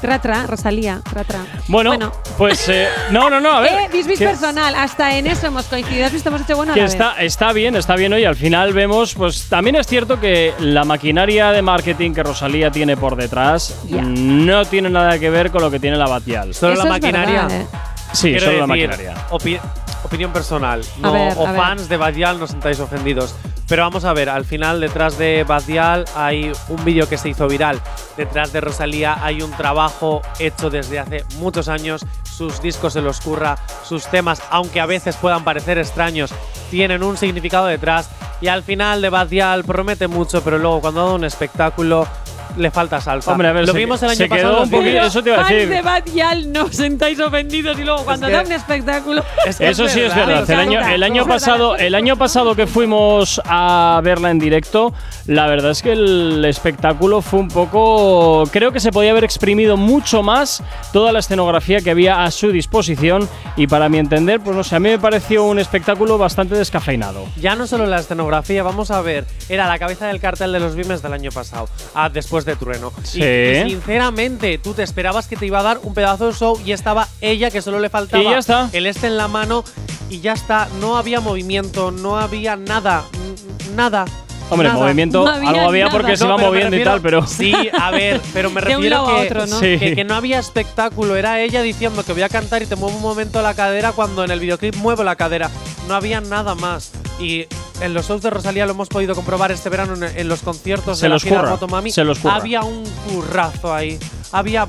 Speaker 2: tra, tra, Rosalía, tra, tra.
Speaker 1: Bueno, pues eh, no, no, no, a ver.
Speaker 2: Eh, bis, bis
Speaker 1: que-
Speaker 2: personal, hasta en eso hemos coincidido. Has visto, hemos hecho bueno a
Speaker 1: que
Speaker 2: la vez.
Speaker 1: está, está bien, está bien hoy. Al final vemos, pues también es cierto que la maquinaria de marketing que Rosalía tiene por detrás
Speaker 2: Ya.
Speaker 1: no tiene nada que ver con lo que tiene la Batial.
Speaker 3: Solo la maquinaria.
Speaker 2: eh.
Speaker 1: Sí,
Speaker 3: Quiero
Speaker 1: solo la
Speaker 3: decir,
Speaker 1: maquinaria.
Speaker 3: opi- opinión personal. No,
Speaker 1: ver,
Speaker 3: o
Speaker 1: a ver.
Speaker 3: fans de Badial, no os sintáis ofendidos. Pero vamos a ver, al final detrás de Badial hay un vídeo que se hizo viral. Detrás de Rosalía hay un trabajo hecho desde hace muchos años. Sus discos se los curra, sus temas, aunque a veces puedan parecer extraños, tienen un significado detrás. Y al final de Badial promete mucho, pero luego cuando da un espectáculo le falta salsa.
Speaker 1: Hombre, a ver,
Speaker 3: lo
Speaker 1: se-
Speaker 3: vimos el año
Speaker 1: se
Speaker 3: pasado.
Speaker 1: quedó
Speaker 3: en
Speaker 1: un poquito-
Speaker 3: vídeos.
Speaker 1: eso te iba a
Speaker 2: Fans
Speaker 1: decir.
Speaker 2: de Bad Yal, no os sentáis ofendidos y luego cuando
Speaker 3: que-
Speaker 2: da un espectáculo.
Speaker 1: Eso sí es verdad. El año, el año pasado, el año pasado que fuimos a verla en directo, la verdad es que el espectáculo fue un poco. Creo que se podía haber exprimido mucho más toda la escenografía que había a su disposición. Y para mi entender, pues no sé, a mí me pareció un espectáculo bastante descafeinado.
Speaker 3: Ya no solo la escenografía, vamos a ver, era la cabeza del cartel de los Bimes del año pasado, ah, después de Trueno. Y-
Speaker 1: Sí.
Speaker 3: Y, sinceramente, tú te esperabas que te iba a dar un pedazo de show y estaba ella que solo le faltaba
Speaker 1: Y ya está.
Speaker 3: el este en la mano y ya está, no había movimiento, no había nada, n- nada.
Speaker 1: Hombre,
Speaker 3: nada.
Speaker 1: movimiento, No había algo había nada. porque se
Speaker 3: No,
Speaker 1: iba
Speaker 3: pero me
Speaker 1: moviendo y
Speaker 3: refiero-
Speaker 1: tal, pero-
Speaker 3: Sí, a ver, pero me
Speaker 1: De un
Speaker 3: refiero
Speaker 1: lado a
Speaker 3: que,
Speaker 1: otro, ¿no?
Speaker 3: que-
Speaker 1: Sí.
Speaker 3: que no había espectáculo, era ella diciendo que voy a cantar y te muevo un momento la cadera cuando en el videoclip muevo la cadera. No había nada más. Y en los shows de Rosalía lo hemos podido comprobar este verano en, en los conciertos
Speaker 1: Se
Speaker 3: de
Speaker 1: los
Speaker 3: la gira
Speaker 1: curra,
Speaker 3: Motomami.
Speaker 1: se los curra.
Speaker 3: Había un currazo ahí. Había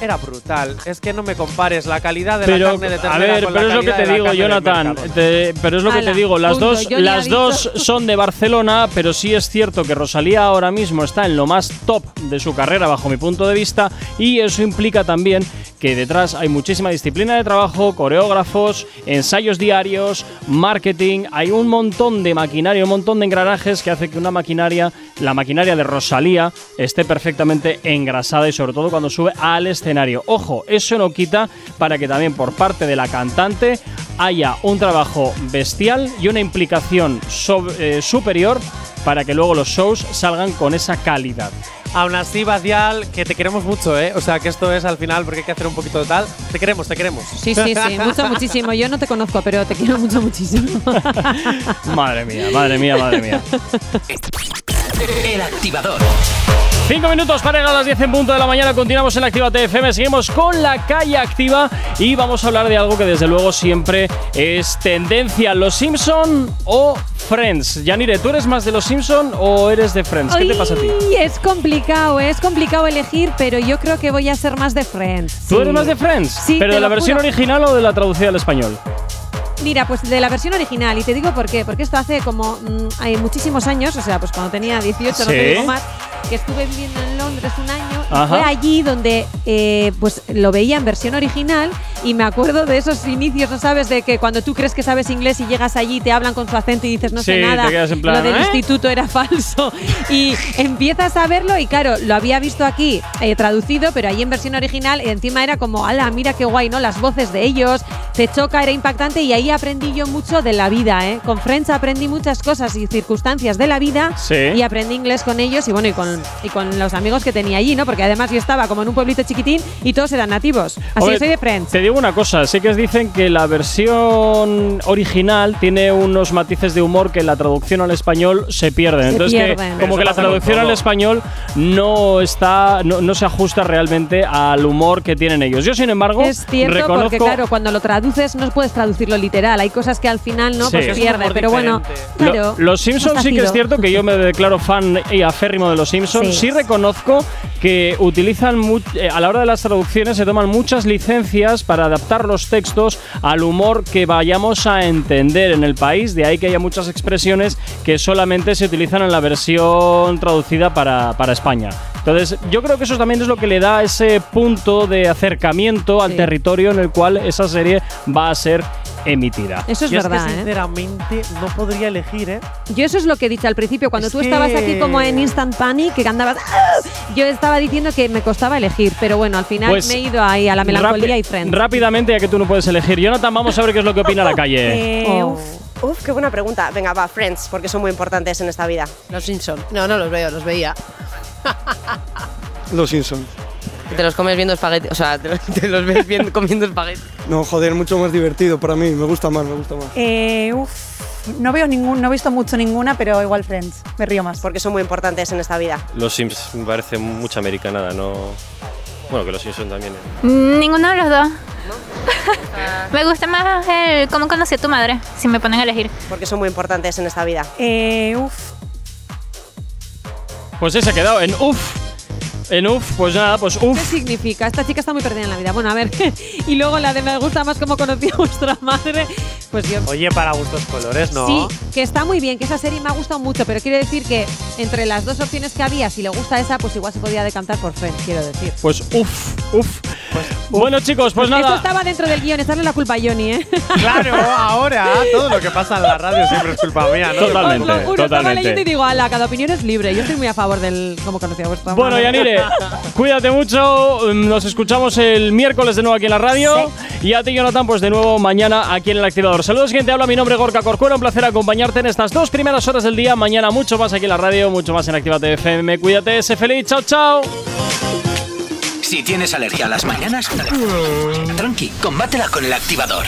Speaker 3: era brutal. Es que no me compares la calidad de la carne de ternera
Speaker 1: a ver,
Speaker 3: con la
Speaker 1: pero es lo que
Speaker 3: calidad
Speaker 1: te
Speaker 3: de la
Speaker 1: digo,
Speaker 3: carne del
Speaker 1: Jonathan.
Speaker 3: mercado.
Speaker 1: te- pero es lo que
Speaker 3: Ala,
Speaker 1: te digo, las
Speaker 3: punto,
Speaker 1: dos,
Speaker 3: yo ni
Speaker 1: las
Speaker 3: aviso.
Speaker 1: dos son de Barcelona, pero sí es cierto que Rosalía ahora mismo está en lo más top de su carrera, bajo mi punto de vista, y eso implica también que detrás hay muchísima disciplina de trabajo, coreógrafos, ensayos diarios, marketing, hay un montón de maquinaria, un montón de engranajes que hace que una maquinaria, la maquinaria de Rosalía, esté perfectamente engrasada y sobre todo cuando sube al escenario. Ojo, eso no quita para que también por parte de la cantante haya un trabajo bestial y una implicación sob- eh, superior para que luego los shows salgan con esa calidad.
Speaker 3: Aún así, Bacial, que te queremos mucho, ¿eh? O sea, que esto es al final porque hay que hacer un poquito de tal. Te queremos, te queremos.
Speaker 2: Sí, sí, sí, mucho, muchísimo. Yo no te conozco, pero te quiero mucho, muchísimo.
Speaker 1: Madre mía, madre mía, madre mía.
Speaker 4: El activador.
Speaker 1: Cinco minutos para llegar a las 10 en punto de la mañana. Continuamos en Activa TFM. Seguimos con la calle activa y vamos a hablar de algo que, desde luego, siempre es tendencia: los Simpson o Friends. Yanire, ¿tú eres más de los Simpson o eres de Friends? ¿Qué te pasa a ti?
Speaker 2: Uy, Es complicado, es complicado elegir, pero yo creo que voy a ser más de Friends.
Speaker 1: ¿Tú
Speaker 2: sí.
Speaker 1: eres más de Friends?
Speaker 2: Sí,
Speaker 1: ¿Pero
Speaker 2: te
Speaker 1: de la
Speaker 2: lo
Speaker 1: versión
Speaker 2: juro.
Speaker 1: original o de la traducida al español?
Speaker 2: Mira, pues de la versión original, y te digo por qué, porque esto hace como mm, hay muchísimos años, o sea, pues cuando tenía 18, no
Speaker 1: Sí.
Speaker 2: te digo más, que estuve viviendo en Londres un año, y
Speaker 1: Ajá.
Speaker 2: fue allí donde eh, pues lo veía en versión original, y me acuerdo de esos inicios, ¿no sabes? De que cuando tú crees que sabes inglés y llegas allí, te hablan con su acento y dices, no
Speaker 1: Sí,
Speaker 2: sé
Speaker 1: te
Speaker 2: nada,
Speaker 1: quedas en plan,
Speaker 2: lo del
Speaker 1: ¿eh?
Speaker 2: instituto era falso, y empiezas a verlo, y claro, lo había visto aquí eh, traducido, pero allí en versión original, encima era como, ala, mira qué guay, ¿no? Las voces de ellos, te choca, era impactante y ahí aprendí yo mucho de la vida, ¿eh? Con Friends aprendí muchas cosas y circunstancias de la vida
Speaker 19: Sí.
Speaker 2: y aprendí inglés con ellos y bueno, y con, y con los amigos que tenía allí, ¿no? Porque además yo estaba como en un pueblito chiquitín y todos eran nativos. Así
Speaker 1: Hombre,
Speaker 2: que soy de Friends.
Speaker 1: Te digo una cosa, sí que os dicen que la versión original tiene unos matices de humor que en la traducción al español se pierden.
Speaker 2: Se
Speaker 1: Entonces, que
Speaker 2: pierden.
Speaker 1: como
Speaker 2: Eso
Speaker 1: que la
Speaker 2: pasa con
Speaker 1: traducción
Speaker 2: todo.
Speaker 1: al español no está, no, no se ajusta realmente al humor que tienen ellos. Yo, sin embargo,
Speaker 2: Es cierto,
Speaker 1: reconozco.
Speaker 2: porque claro, cuando lo traduces no puedes traducirlo literal. Hay cosas que al final no
Speaker 1: Sí.
Speaker 2: pues
Speaker 1: Es un
Speaker 2: pierde,
Speaker 1: humor
Speaker 2: pero bueno,
Speaker 1: Lo-
Speaker 2: claro.
Speaker 1: los Simpsons
Speaker 2: más
Speaker 1: sí que es
Speaker 2: ácido.
Speaker 1: cierto que yo me declaro fan y aférrimo de los Simpsons. Sí,
Speaker 2: Sí.
Speaker 1: reconozco que utilizan mu- eh, a la hora de las traducciones se toman muchas licencias para adaptar los textos al humor que vayamos a entender en el país. De ahí que haya muchas expresiones que solamente se utilizan en la versión traducida para, para España. Entonces, yo creo que eso también es lo que le da ese punto de acercamiento al territorio en el cual esa serie va a ser emitida.
Speaker 2: Eso es
Speaker 1: Y
Speaker 2: verdad, ¿eh?
Speaker 3: Sinceramente, no podría elegir, ¿eh?
Speaker 2: Yo eso es lo que he dicho al principio, cuando
Speaker 3: Es
Speaker 2: tú estabas
Speaker 3: que-
Speaker 2: aquí como en Instant Panic, que andabas... "Ah", Yo estaba diciendo que me costaba elegir, pero bueno, al final
Speaker 1: Pues,
Speaker 2: me he ido ahí a la melancolía
Speaker 1: Rápi-
Speaker 2: y Friends.
Speaker 1: Rápidamente, ya que tú no puedes elegir. Jonathan, vamos a ver qué es lo que opina la calle.
Speaker 17: Eh,
Speaker 2: Oh.
Speaker 17: uf, uf, qué buena pregunta. Venga, va, Friends, porque son muy importantes en este esta vida. Los Simpson.
Speaker 19: No, no los veo, los veía.
Speaker 15: Los Simpson.
Speaker 19: Te los comes viendo espagueti, o sea, te, te los ves viendo, comiendo espagueti.
Speaker 15: No, joder, mucho más divertido para mí. Me gusta más, me gusta más.
Speaker 17: Eh, uf, no veo ningún, no he visto mucho ninguna, pero igual Friends. Me río más. Porque son muy importantes en esta vida.
Speaker 16: Los Sims me parece mucha americanada, no. Bueno, que los Sims son también. ¿eh?
Speaker 18: Mm, Ninguno de los dos. me gusta más el cómo conocí a tu madre, si me ponen a elegir.
Speaker 17: Porque son muy importantes en esta vida. Eh, uf.
Speaker 1: Pues ese ha quedado en uff. En uff, pues nada, pues
Speaker 2: ¿Qué
Speaker 1: uff.
Speaker 2: significa? Esta chica está muy perdida en la vida. Bueno, a ver. y luego la de me gusta más cómo conocí a vuestra madre. Pues yo...
Speaker 3: Oye, para gustos colores, ¿no?
Speaker 2: Sí, que está muy bien, que esa serie me ha gustado mucho, pero quiero decir que entre las dos opciones que había, si le gusta esa, pues igual se podía decantar por Friends, quiero decir.
Speaker 1: Pues uff, uff. bueno, chicos, pues
Speaker 2: Eso
Speaker 1: nada.
Speaker 2: estaba dentro del guión, echarle la culpa a Johnny, ¿eh?
Speaker 3: Claro, ahora todo lo que pasa en la radio siempre es culpa mía, ¿no?
Speaker 1: Totalmente, Os lo juro, estaba totalmente.
Speaker 2: Yo te digo, ala, cada opinión es libre. Yo estoy muy a favor del cómo conocía a vuestra
Speaker 1: Bueno,
Speaker 2: madre.
Speaker 1: Yanire, cuídate mucho. mm, Nos escuchamos el miércoles de nuevo aquí en la radio. Y a ti, Jonathan, pues de nuevo mañana aquí en el activador. Saludos, gente. Habla mi nombre, Gorka Corcuera. Un placer acompañarte en estas dos primeras horas del día. Mañana mucho más aquí en la radio, mucho más en Activate FM. Cuídate, sé feliz. Chao, chao.
Speaker 4: Si tienes alergia a las mañanas, tranqui, combátela con el activador.